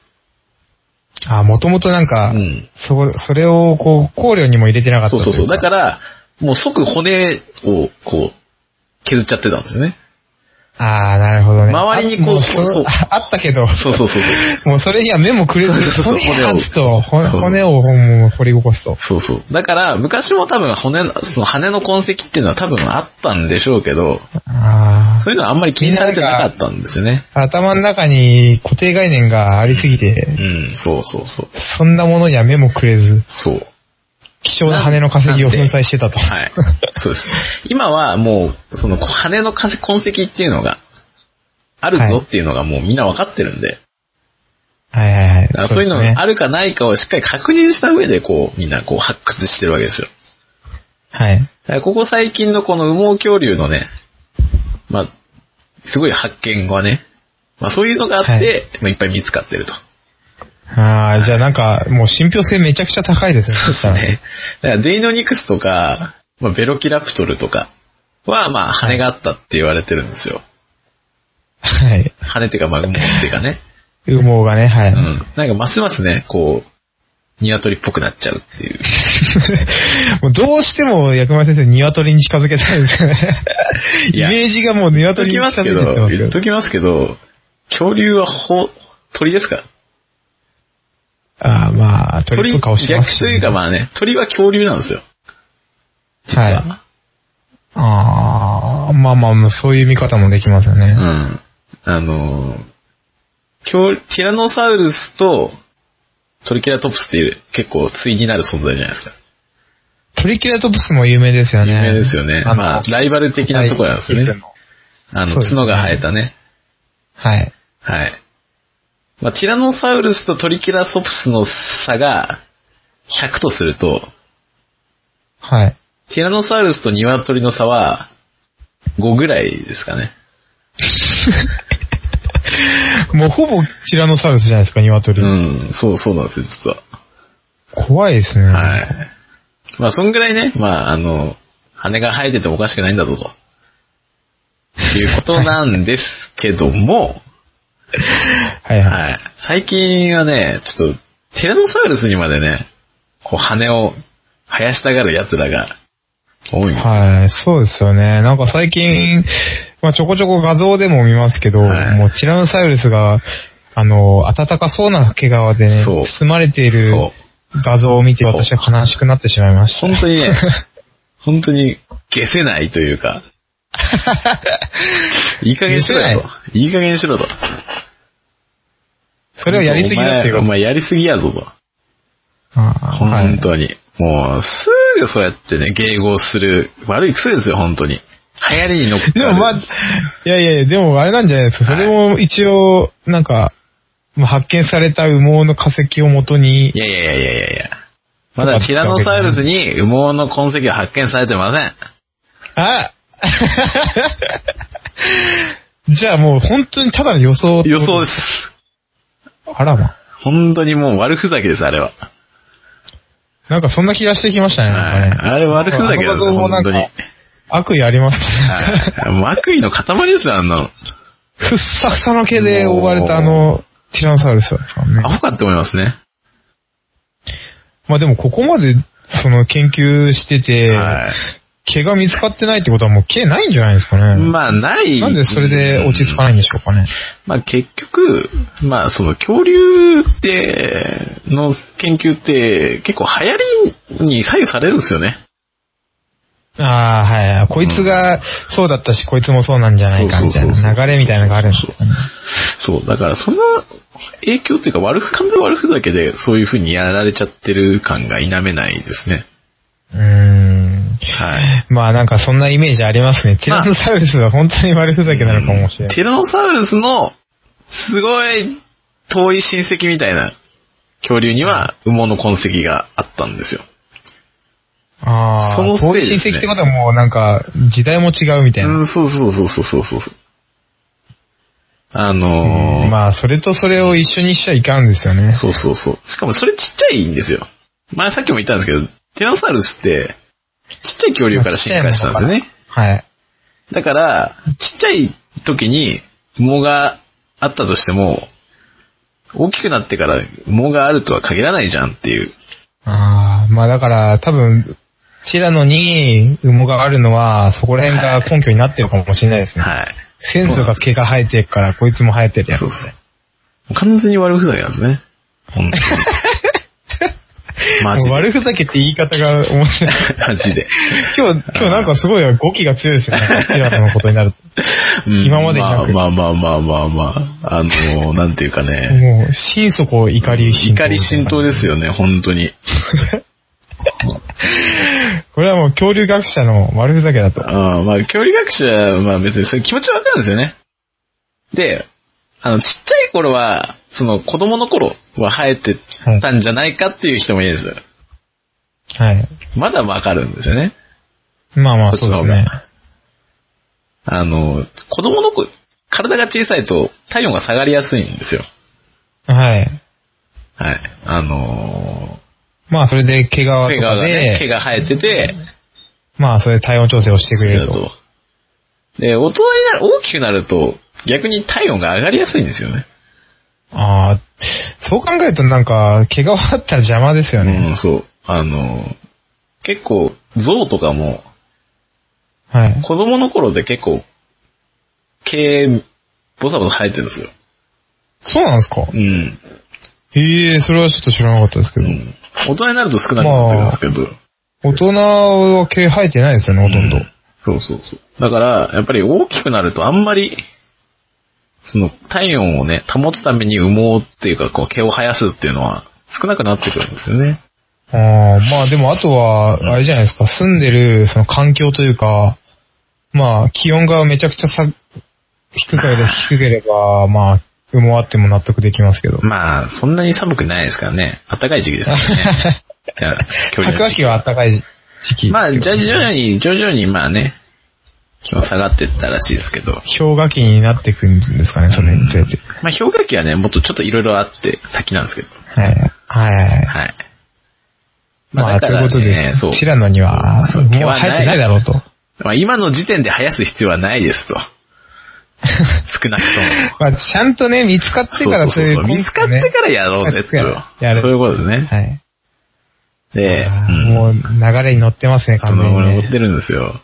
あ、もともとなんか、うん。そこ、それをこう、考慮にも入れてなかった、そうそうそう。だからら、もう即骨をこう、削っちゃってたんですよね。ああ、なるほどね。周りにこうあもそうそそうああったけど、そうそうそうそう。もうそれには目もくれずそう、そうそう骨を掘と、骨をそう骨をもう掘り起こすと。そうそう。だから、昔も多分骨の、その羽の痕跡っていうのは多分あったんでしょうけど、ああ。そういうのはあんまり気にされてなかったんですよね。頭の中に固定概念がありすぎうて、ん、そうそうそう。そんなものには目もくれず、そう。貴重な羽の化石を粉砕してたと。 はい。そうです。今はもう、その羽の痕跡っていうのが、あるぞっていうのがもうみんなわかってるんで、はいはいはいだから。そういうのですねがあるかないかをしっかり確認した上で、こう、みんなこう発掘してるわけですよ。はい。だからここ最近のこの羽毛恐竜のね、まあ、すごい発見はね、まあそういうのがあって、はいまあいっぱい見つかってると。ああ、じゃあなんか、もう信憑性めちゃくちゃ高いですね。そうですね。だからデイノニクスとか、まあ、ベロキラプトルとかは、まあ、羽があったって言われてるんですよ。はい。羽っていうか、まあ、雲っていうかね。羽毛がね、はうい。ん。なんか、ますますね、こう、鶏っぽくなっちゃうっていう。もうどうしても、薬丸先生、鶏に近づけたいですよね。イいやメージがもう言っと鶏にき近づまいてっすてけますど、け言どっと。きますけど、恐竜はほ、鳥ですから。ああ、まあ、鳥っぽい顔してます逆というかまあね、鳥は恐竜なんですよ。実は。はいああ、まあまあまあ、そういう見方もできますよね。うん。あのー、恐ティラノサウルスとトリケラトプスっていう結構対になる存在じゃないですか。トリケラトプスも有名ですよね。有名ですよね。あのまあ、ライバル的なところなんですよね。あそうの、ですね角が生えたね。はい。はい。まあ、ティラノサウルスとトリケラトプスの差が100とすると、はい。ティラノサウルスとニワトリの差は5ぐらいですかね。もうほぼティラノサウルスじゃないですか、う鶏。ん、そう、そうなんですよ、実は。怖いですね。はい。まあ、そんぐらいね、まあ、あの、羽が生えててもおかしくないんだぞと。っていうことなんですけども、はい はい。はい。最近はね、ちょっと、ティラノサウルスにまでね、こう羽を生やしたがる奴らが多いんですよ。はい、そうですよね。なんか最近、まあちょこちょこ画像でも見ますけど、はいもうティラノサウルスが、あの、暖かそうな毛皮でね、そう包まれているそ画像を見て私は悲しくなってしまいました。本当 にね、本当に消せないというか、いい加減しろ よ消と。いい加減しろと。それはやりすぎだっていうお前おか。前やりすぎやぞと。あーはい本当に。もう、すぐそうやってね、迎合する悪い癖ですよ、本当に。流行りに乗っかる。 でもまあ、いやいやいや、でもあれなんじゃないですか。そはいれも一応、なんか、まあ発見された羽毛の化石をもとにい、やいやいやいやいやいや。まだティラノサウルスに羽毛の痕跡は発見されてません。あ じゃあもう本当にただの予想って予こと想です。あらま。本当にもう悪ふざけです、あれは。なんかそんな気がしてきましたね。はいなんかねあれ悪ふざけだあのね画像もなんか本悪意ありますね。はいもう悪意の塊ですよ、あんなの。 ふっさふさの毛で覆われたあの、ティラノサウルスですからね。アホかって思いますね。まあでもここまで、その研究してて、は毛が見つかってないってことはもう毛ないんじゃないですかい。ね。まあ、ない。なんでそれで落ち着かい。ないんでしょうかね。まあ、結局、まあ、その恐竜って、の研究って、結構流行りに左右されるんですよね。ああ、はい。こいつがそうだったし、こいつもそうなんじゃないかみたいそうそうそうそなう流れみたいなのがあるんですよね。そう、だからその影響というか悪ふ、完全に悪ふざけで、そういう風にやられちゃってる感が否めないですね。うーん。はい。まあなんかそんなイメージありますね。ティラノサウルスは本当に悪ふざけなのかもしれない。ティラノサウルスの、すごい遠い親戚みたいな恐竜には羽毛の痕跡があったんですよ。あそあ、のせい遠ですいね親戚ってことはもうなんか時代も違うみたいな。うん、そうそうそうそうそうそうそう。あのー、まあそれとそれを一緒にしちゃいかんですよね。 そうそうそう。しかもそれちっちゃいんですよ。前さっきも言ったんですけど、ティラノサウルスって、ちっちゃい恐竜から進化したんですよね。はい。だから、ちっちゃい時に毛があったとしても、大きくなってから毛があるとは限らないじゃんっていう。ああ、まあだから多分、ティラノに羽毛があるのはそこら辺が根拠になってるかもしれないですね。はい。先祖が毛が生えてるからこいつも生えてるやつそう。そう。もう完全に悪ふざけなんですね。本当に。マジもうで。悪ふざけって言い方が面白い。マジで。今日、今日なんかすごい語気が強いですよね。ティラノのことになると。うん今までになくまあまあまあまあまあまあ、あのー、なんていうかね。もう、心底怒り浸透。怒り浸透ですよね、本当に。これはもう恐竜学者の悪ふざけだと。あーまあ、恐竜学者、まあ別にそういう気持ちはわかるんですよね。で、あの、ちっちゃい頃は、その子供の頃は生えてたんじゃないかっていう人もいるんですよ。はい。まだわかるんですよね。まあまあ、そっそちうので方すが。ね。あの、子供の子、体が小さいと体温が下がりやすいんですよ。はい。はい。あのまあ、それで毛皮とー、かで、毛がね、毛が生えてて、まあ、それで体温調整をしてく好きれだると。と。で、大人になる、大きくなると、逆に体温が上がりやすいんですよね。ああ、そう考えるとなんか、毛皮あったら邪魔ですよね。うん、そう。あのー、結構、象とかも、はい。子供の頃で結構、毛、ボサボサ生えてるんですよ。そうなんですかうん。ええそれはちょっと知らなかったですけうど。ん大人になると少なくなってくるんですけど。大人は毛生えてないですよね、ほとんど。うそうそうそう。だから、やっぱり大きくなるとあんまり、その体温をね、保つために羽毛っていうか、こう毛を生やすっていうのは少なくなってくるんですよね。ああまあでもあとは、あれじゃないですか、住んでるその環境というか、まあ気温がめちゃくちゃさ低ければ低ければ、まあ、羽毛あっても納得できますけど。まあ、そんなに寒くないですからね。暖かい時期ですから ね。いや距離の白亜時期紀は暖かい時期。まあ、じゃあ徐々に、徐々にまあね、気温下がってったらしいですけど。氷河期になってくんですかね、それにつれて。まあ、氷河期はね、もっとちょっといろいろあって先なんですけど。はい。はいはいはい。はい。まあ、ということで、そう。ティラノには、そうもう生えてないだろうと。まあ、今の時点で生やす必要はないで すと。少なくとも。まあ、ちゃんとね、見つかってからそうそうそう見つかってからやろうぜっていうやるそういうことですね。はい。で、あうーんもう流れに乗ってますね、そ完全のにぐらいね、持ってるんですよ。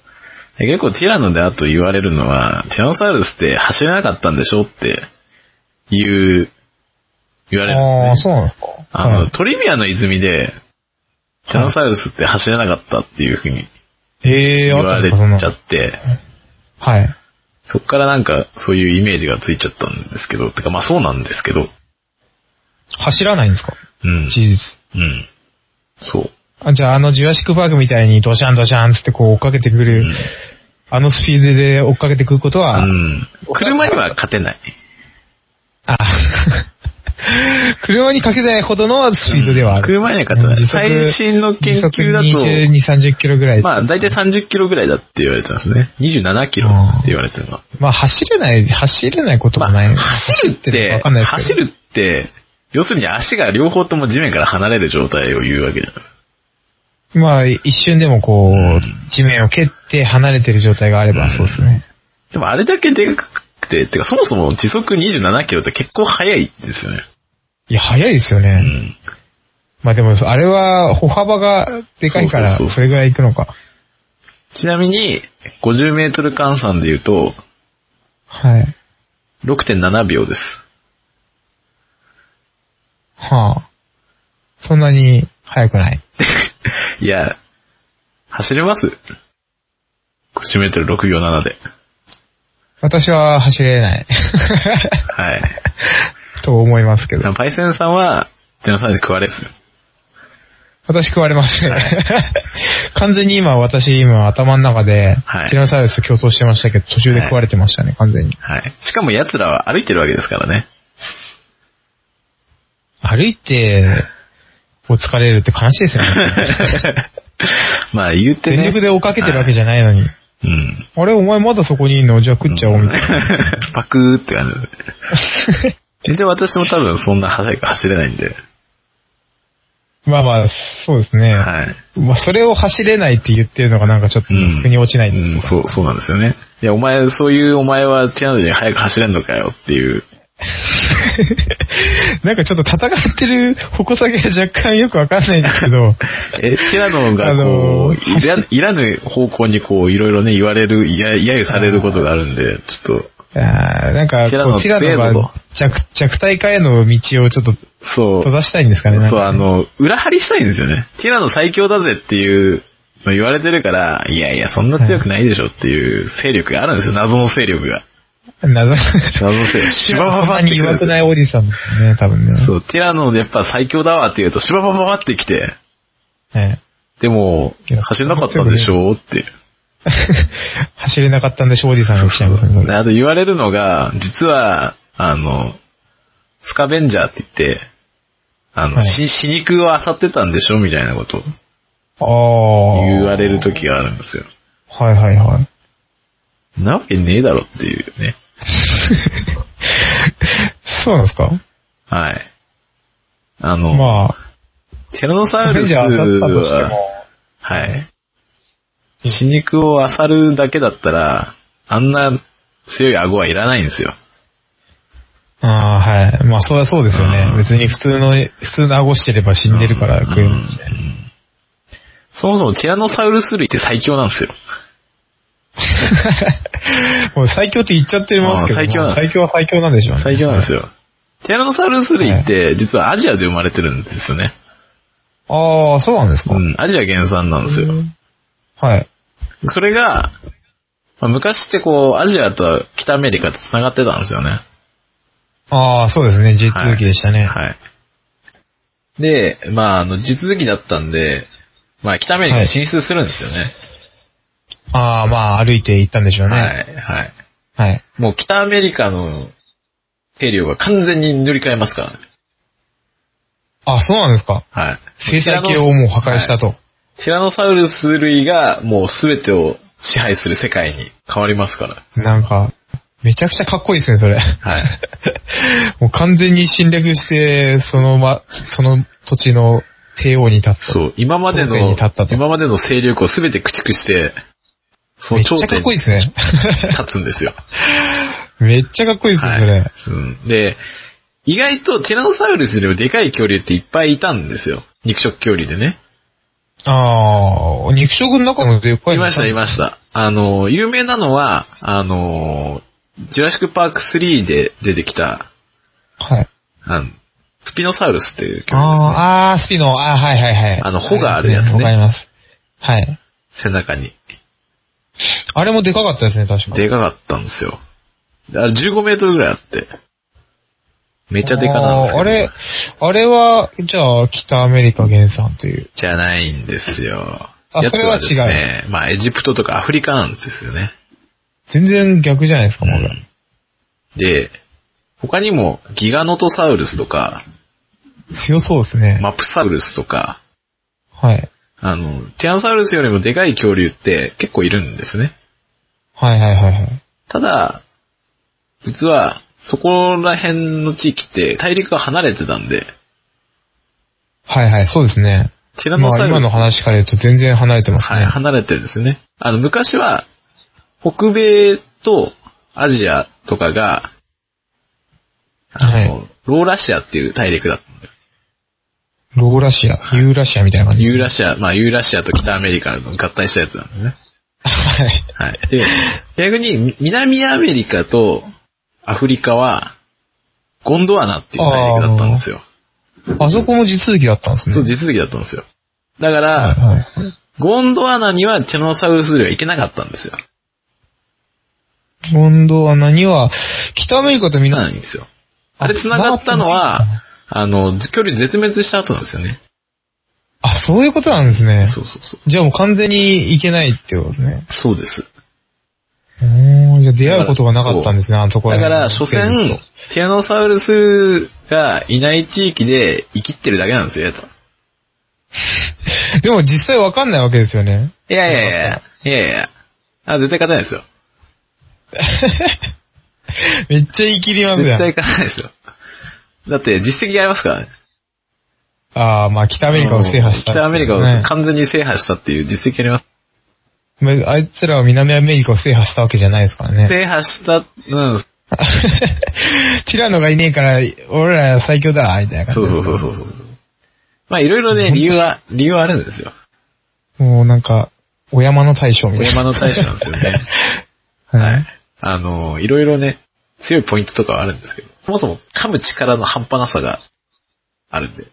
で結構ティラノであと言われるのは、ティラノサウルスって走れなかったんでしょっていう、言われるああ、んですそね。うなんですか。あはの、いトリビアの泉で、ティラノサウルスって走れなかったっていうふうにええー、言あわっれたちんゃですかって、そんなのはい。そっからなんかそういうイメージがついちゃったんですけど、てかまあそうなんですけど、走らないんですかうん。事実。うん。そう。あじゃあ、あの、ジュラシックパークみたいに、ドシャンドシャンつってこう追っかけてくる、うんあのスピードで追っかけてくることは、うん。車には勝てない。あ 車にかけないほどのスピードではある。車には勝てない時速最新の研究だと時速20、30キロぐらい。まあ、まあ、だいたい30キロぐらいだって言われてますね。27キロって言われてるのは。走れない、走れないことまもあない。走るっ走っててわかんない、です走けどるって、要するに足が両方とも地面から離れる状態を言うわけじゃないですか。まあ、一瞬でもこう、うん地面を蹴って離れてる状態があれば、そうですね。でもあれだけでかくて、てかそもそも時速27キロって結構速いですよね。いや、早いですよね。うん。まあでも、あれは歩幅がでかいから、そうそうそうそれぐらい行くのか。ちなみに、50メートル換算で言うと、はい。 6.7秒です。 はあ。そんなに速くない。いや、走れます ?50 メートル6秒7で。私は走れない。はい。と思いますけど。パイセンさんは、ティラノサウルス食われですよ。私食われますね。 完全に今、私今頭の中で、はいティラノサウルスと競争してましたけど、途中で食われてましたね、完全に。はい。しかも奴らは歩いてるわけですからね。歩いて、お疲れるって悲しいですよね。 まあ言うて ね。全力で追っかけてるわけじじゃないのに。ゃ。うん。あれ、お前まだそこにいんのじゃあ食っちゃおう、みたいな。 パクーって感 じで。で、私も多分そんな速く走れないんで。まあまあ、そうですね。はい。まあ、それを走れないって言ってるのがなんかちょっと、うん。腑に落ちないんうですん、けそう、そうなんですよね。いや、お前、そういうお前は違うのに速く走れんのかよっていう。ど なんかちょっと戦ってる矛先が若干よくわかんないんですけ ど、え、ティラノがこう、あのーいらいらぬ方向にこう、いろいろね、言われる、いや、揶揄されることがあるんで、ちょっと、あーなんかこう、テティィララノノが弱弱体化への道をちょっとそう。閉ざしたいんですかね。なんそう、かあの、裏張りしたいんですよね。ティラノ最強だぜっていうの言われてるから、いやいや、そんな強くないでしょっていう勢力があるんですよ、謎の勢力が。謎謎 の勢力。シババババってにくるん弱でくすないよ。おじさんですね、多分ね。そう、ティラノやっぱ最強だわって言うと、シババババって来て、はいでもいや、走れなかったんでしょうって。 走れなかったんで、庄司さんが来ちゃいますね、そでれ。あと言われるのが、実は、あの、スカベンジャーって言って、あの、はいし死肉を漁ってたんでしょみたいなことをああ。言われる時があるんですよ。はいはいはい。なわけねえだろっていうね。そうなんですかはい。あの、まテラノサあ、ウそルれスじゃ当たったとしてもは、、はい。死肉を漁るだけだったら、あんな強い顎はいらないんですよ。ああー、はい。まあ、そりゃそうですよねう。ん別に普通の、普通の顎してれば死んでるから食えるんですね。そもそもティラノサウルス類って最強なんですよ。 もう最強って言っちゃってますけど、あー最強なんです最強は最強なんでしょうね。最強なんですよ。よ。ティラノサウルス類って、実はアジアで生まれてるんですよね。ああ、そうなんですか。うん、アジア原産なんですよ。はい。それが、まあ昔ってこう、アジアと北アメリカと繋がってたんですよね。ああ、そうですね。はい G2 機でしたね。はい。で、まあ、あの、地続きだったんで、まあ、北アメリカに進出するんですよね。ああ、まあ、歩いて行ったんでしょうね。ははい。い、はい。もう北アメリカの定量が完全に塗り替えますからね。あ、そうなんですか。はい。生態系をもう破壊したはいと。ティラノサウルス類がもう全てを支配する世界に変わりますから。なんか、めちゃくちゃかっこいいですね、そ れ。 はい。もう完全に侵略して、そのま、その土地の帝王に立つと。そう、今まで頂点にの立った、と今までの勢力を全て駆逐して、そめっのち頂ゃか点っこいいでにすね。立つんですよ。めっちゃかっこいいですね、 はそれ。い。うんで、意外とティラノサウルスよりもでかい恐竜っていっぱいいたんですよ。肉食恐竜でね。ああ、肉食の中もでっかいいのました、いました。あの、有名なのは、あの、ジュラシックパーク3で出てきた、はい。あの、スピノサウルスっていう恐竜ですね。あーあー、スピノ、あーはいはいはい。あの穂があるやつねわかります。はい。背中に。あれもでかかったですね、確か。でかかったんですよ。あれ15メートルぐらいあって。めっちゃでかなんですけあーど。あれ、あれは、じゃあ、北アメリカ原産という。じゃないんですよ。あやつですそれは違うね。まあ、エジプトとかアフリカなんですよね。全然逆じゃないですか、もう。で、他にもギガノトサウルスとか、強そうですね。マプサウルスとか、はい。あの、ティラノサウルスよりもでかい恐竜って結構いるんですね。はいはいはいはい。ただ、実は、そこら辺の地域って大陸が離れてたんで、はいはい、そうですね。ティラノまサあウル今ス、の話から言うと全然離れてますはい、ね。離れてるんですね。あの、昔は、北米とアジアとかが、あの、はローラシアっていう大陸だったんです。ローラシア、ユーラシアみたいな感じですユーね。ラシア、まあユーラシアと北アメリカの合体したやつなんですね。はい。はい。で、逆にみ南アメリカとアフリカは、ゴンドワナっていう大陸だったんですよ。あそこも地続きだったんですね。そう、す。地続きだったんですよ。だから、はい。ゴンドワナにはティラノサウルス類は行けなかったんですよ。今度は何は、北アメリカと行け南ないんですよ。あれ繋がったのは、あの、距離絶滅した後なんですよね。あ、そういうことなんですね。そうそうそう。じゃあもう完全にいけないってことですね。そうです。おーじゃあ出会うことがなかったんですね、あのところだから、所詮、ティラノサウルスがいない地域で生きってるだけなんですよ、やつはでも実際わかんないわけですよね。 いやいやいや、いやいやあ、絶対勝てないですよ。めっちゃ言い切りますやん。絶対勝たないですよ。だって、実績がありますからね。ああ、まあ北アメリカを制覇した、北アメリカをね完全に制覇したっていう実績あります。まああいつらは南アメリカを制覇したわけじゃないですからね。制覇した、うん、 ティラノがいねえから、俺ら最強だ、みたいな感じ。そうそうそうそうそう。まあ、いろいろね、理由は、理由はあるんですよ。もうなんか、お山の大将みおたいな。山の大将なんです よね。はい。あの、いろいろね、強いポイントとかはあるんですけど、そもそも噛む力の半端なさがあるんで、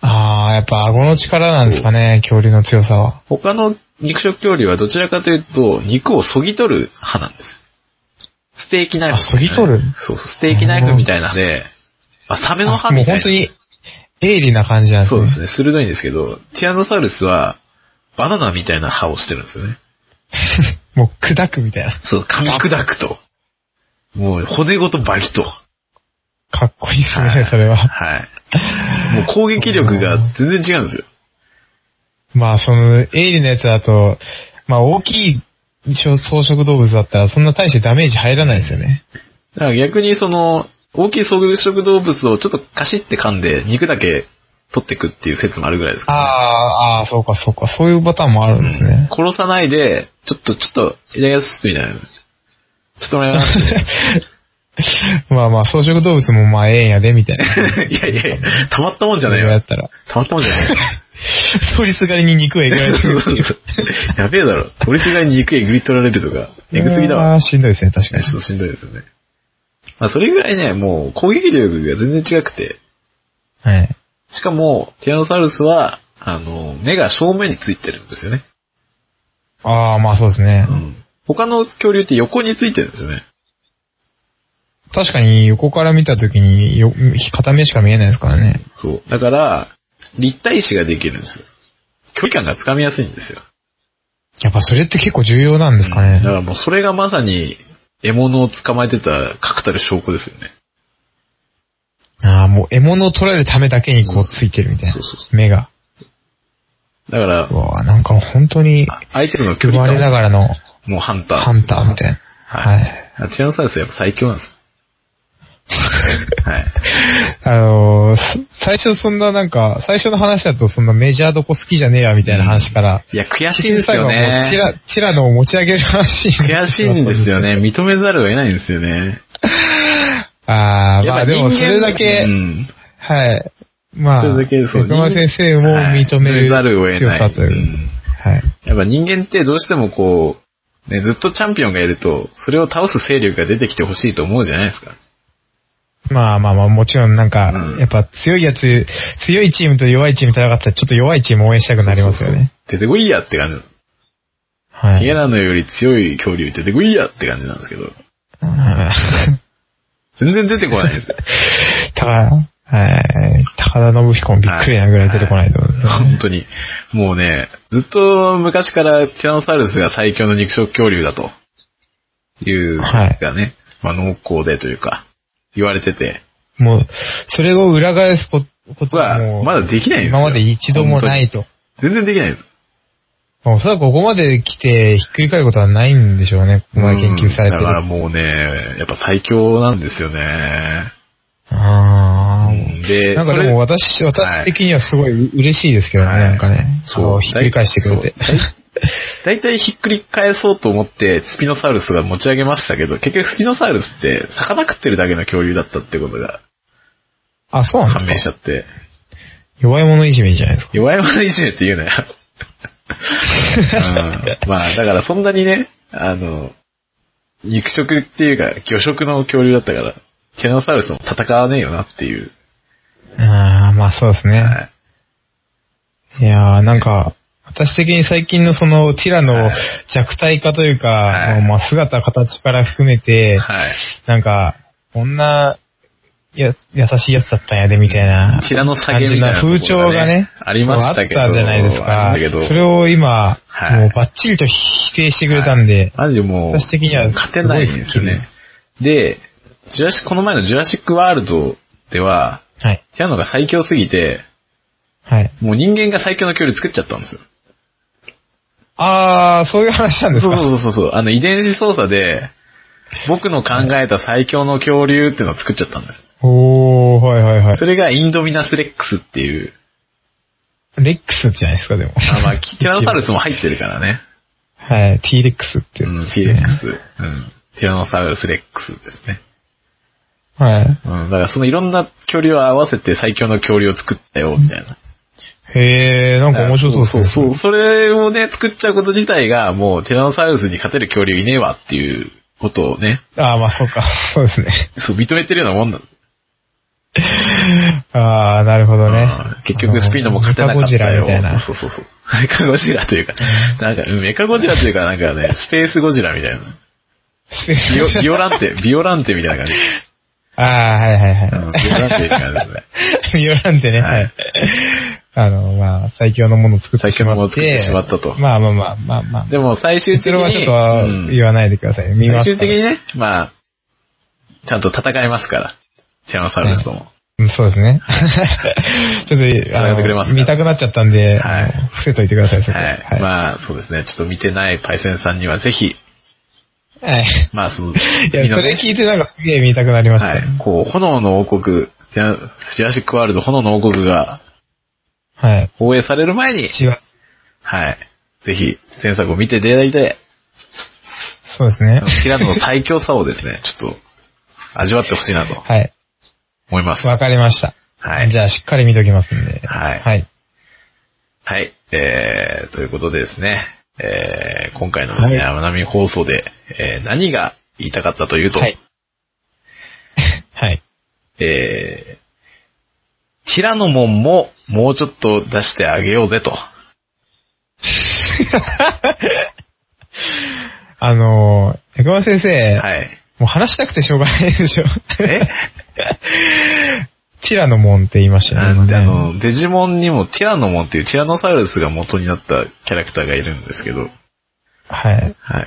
ああ、やっぱ顎の力なんですかね、恐竜の強さは。他の肉食恐竜はどちらかというと、肉をそぎ取る派なんです。ステーキナイフ、あそぎ取るそうそう、ステーキナイフみたいなので、まあ、サメのあ歯もうみたいな。本当に、鋭利な感じなんですそうね。ですね、鋭いんですけど、ティラノサウルスは、バナナみたいな歯をしてるんですよね。もう砕くみたいな。そう、噛み砕くと。もう、骨ごとバリと。かっこいいですはねい、それは。はい。もう攻撃力が全然違うんですよ。まあ、その、鋭利なやつだと、まあ、大きい草食動物だったら、そんな大してダメージ入らないですよね。だから逆にその、大きい草食動物をちょっとカシって噛んで、肉だけ取ってくっていう説もあるぐらいですあか、ね。あ、ああ、そうか、そうか。そういうパターンもあるんですね。殺さないで、ちょっと、ちょっと、いただきますみたいな。ちょっともらいますみたいまあまあ、草食動物もまあ、ええんやで、みたいな。 な。いやいやいや、たまったもんじゃないやよっ。たら。たまったもんじゃない。 通りすがりに肉をえぐられてるっていう。やべえだろ。取りすがりに肉えぐり取られるとか、 えぐすぎだあわ。ーしんどいですね、確いかやにちょ。っとしんどいですよね。まあ、それぐらいね、もう攻撃力が全然違くて、はい。しかも、ティラノサウルスは、あの、目が正面についてるんですよね。ああ、まあそうですねう。ん。他の恐竜って横についてるんですよね。確かに横から見たときによ、片目しか見えないですからね。そう。だから、立体視ができるんですよ。距離感がつかみやすいんですよ。やっぱそれって結構重要なんですかうんねだ。からもうそれがまさに、獲物を捕まえてた確たる証拠ですよね。ああ、もう獲物を捕らえるためだけにこうついてるみたいなそうそうそ。目が。だからう、わあなんか本当に、相手との距生まれ離な感がらのをもうハンター。ハンターみたいな。ははいい。あティラノサウルスやっぱ最強なんですよ。はい。あのーす最初そんななんか、最初の話だとそんなメジャーどこ好きじゃねえやみたいな話から、いや、悔しいんですよね。チラ、チラのを持ち上げる話にな悔ってししいまったんですよ。ね。認めざるを得ないんですよね。ああ、やっまぱあで人も間それだけ、うん。はい。まあ、それだけそう中村先生も認めはい認めざるをる得強ないさという。うんはい。やっぱ人間ってどうしてもこう、ね、ずっとチャンピオンがいると、それを倒す勢力が出てきてほしいと思うじゃないですか。まあまあまあ、もちろんなんか、うんやっぱ強いやつ、強いチームと弱いチーム戦ったら、ちょっと弱いチーム応援したくなりますよね。そうそうそう出てこいやって感じ。はい。ヒ ゲなのより強い恐竜出てこいやって感じなんですけど、うん全然出てこないん ですよ。高田、はい。高田信彦もびっくりなぐらい出てこないと思う。本当に。もうね、ずっと昔からティラノサウルスが最強の肉食恐竜だと、いう、はいがね、まあ濃厚でというか、言われてて、もう、それを裏返すこことはもは、う、まだできないんですよ。今まで一度もないと。本当に。全然できないんです。まあおそらくここまで来てひっくり返ることはないんでしょうね。ここまで研究されてうんだからる。もうね、やっぱ最強なんですよね。ああ。で、なんかそでれも私、私的にはすごいう嬉しいですけどね、はいなんかね。そうあのひっくり返してくれて。大体ひっくり返そうと思って、スピノサウルスが持ち上げましたけど、結局スピノサウルスって魚食ってるだけの恐竜だったってことが あ、そうな判ん明でしすかちゃって、弱い者いじめじゃないですか。弱い者いじめって言う なよ。うんまあ、だからそんなにね、あの、肉食っていうか、魚食の恐竜だったから、ティラノサウルスも戦わねえよなっていう。ああ、まあそうですはね。いいやーなんか、私的に最近のその、ティラのはい弱体化というか、はいまあ姿、形から含めて、はい。なんか、こんな、や、優しいやつだったんやで、みたいな。ティラノ下げみたいなとこ感ろがねじの風潮がね。ありましたけどあったじゃないですかありましたけど。それを今、はいもうバッチリと否定してくれたんで、マジもう、私的には勝てないんですよね。で、ジュラシこの前のジュラシックワールドでは、はい。ティラノが最強すぎて、はい。もう人間が最強の恐竜作っちゃったんですよ。あー、そういう話なんですそうかそうそうそう。あの遺伝子操作で、僕の考えた最強の恐竜っていうのを作っちゃったんです。おー、はいはいはいそ。れがインドミナスレックスっていう、レックスじゃないですか、でも。あまあ、 ティラノサウルスも入ってるからね。はい、T レックスってうやつんで、すティねレックス。うん。ティラノサウルスレックスですね。はい。うん。だからそのいろんな恐竜を合わせて最強の恐竜を作ったよ、みたいな。へー、なんか面白そうですそうね。そうそう。それをね、作っちゃうこと自体が、もうティラノサウルスに勝てる恐竜いねえわっていうことをね、あー、まあそうか。そうですね。そう認めてるようなもんなんです。あー、なるほどねうん。結局スピードも勝てなメカゴかったジラよ。みたいな。そうそうそう。メカゴジラというか、なんか、うんメカゴジラというか、なんかね、スペースゴジラみたいな。スピービド オビオランテ、ビオランテみたいな感じ。ああ、はいはいはうんビオランテみた いな感じですね。い。ミオランテね、ははいい。あの、まあ、最強のものを作って最し強のまものをって。作ってしまったとまあまあまあまあまあ。でも最終的そに。れはちょっうんと言わないでください。見ま最す終か的ら。にね、まあ、ちゃんと戦いますから。ティラノサウルスとも。うんそうです ね。ちょっと、やってくれますか見たくなっちゃったんで、はいあの伏せといてください、そこ。はい。まあ、そうですね。ちょっと見てないパイセンさんにはぜひ、はい。まあ、その、いや、次そのねれ聞いてなんかすげえ見たくなりましたはねい。。こう、炎の王国、ジャジュラシックワールド炎の王国がはい。放映される前に、 1月。はい。ぜひ、前作を見ていただいて、そうですね。平野の最強さをです ね、ちょっと、味わってほしいなとはい。思います。わかりました。はいじゃあ、しっかり見ときますんで。はいはい。はい。えー、ということでですね、えー、今回のですね、はい山並放送で、えー、何が言いたかったというと、はい。 はい。えー、ティラノモンももうちょっと出してあげようぜと。あのー、百万先生、はい。もう話したくてしょうがないでしょ。 えティラノモンって言いましたね。なんで、あ今ねの、デジモンにもティラノモンっていうティラノサウルスが元になったキャラクターがいるんですけど、はい。はい。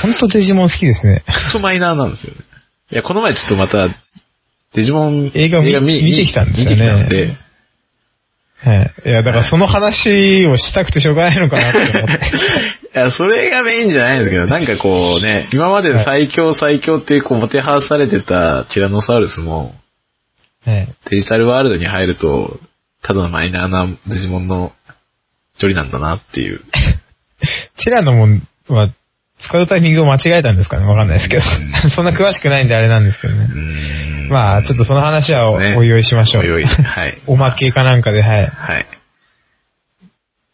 ほんとデジモン好きですね。クソマイナーなんですよね。いや、この前ちょっとまた、デジモン映画を見見てきたんですよね見てきたんで、はい。いや、だからその話をしたくてしょうがないのかなって思って。いや、それがメインじゃないんですけど、なんかこうね、今まで最強最強ってこう、もてはやされてたティラノサウルスも、はい。デジタルワールドに入ると、ただのマイナーなデジモンの一人なんだなっていう。ティラノモンは使うタイミングを間違えたんですかねわかんないですけうど。そんな詳しくないんであれなんですけどねう。ーんまあ、ちょっとその話はそうですねおおいおいしましょう。おいおいはいおまけかなんかで、はい。はい。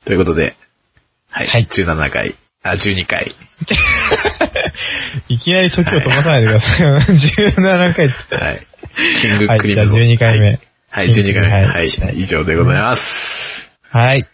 ということで、はい。はい17回、あ、12回。いきなり時を飛ばさないでく ださい。17回って。はい。キングはいクリムゾン。じゃあ12回目はい、はい12回目。はいはい、以上でございます。はい。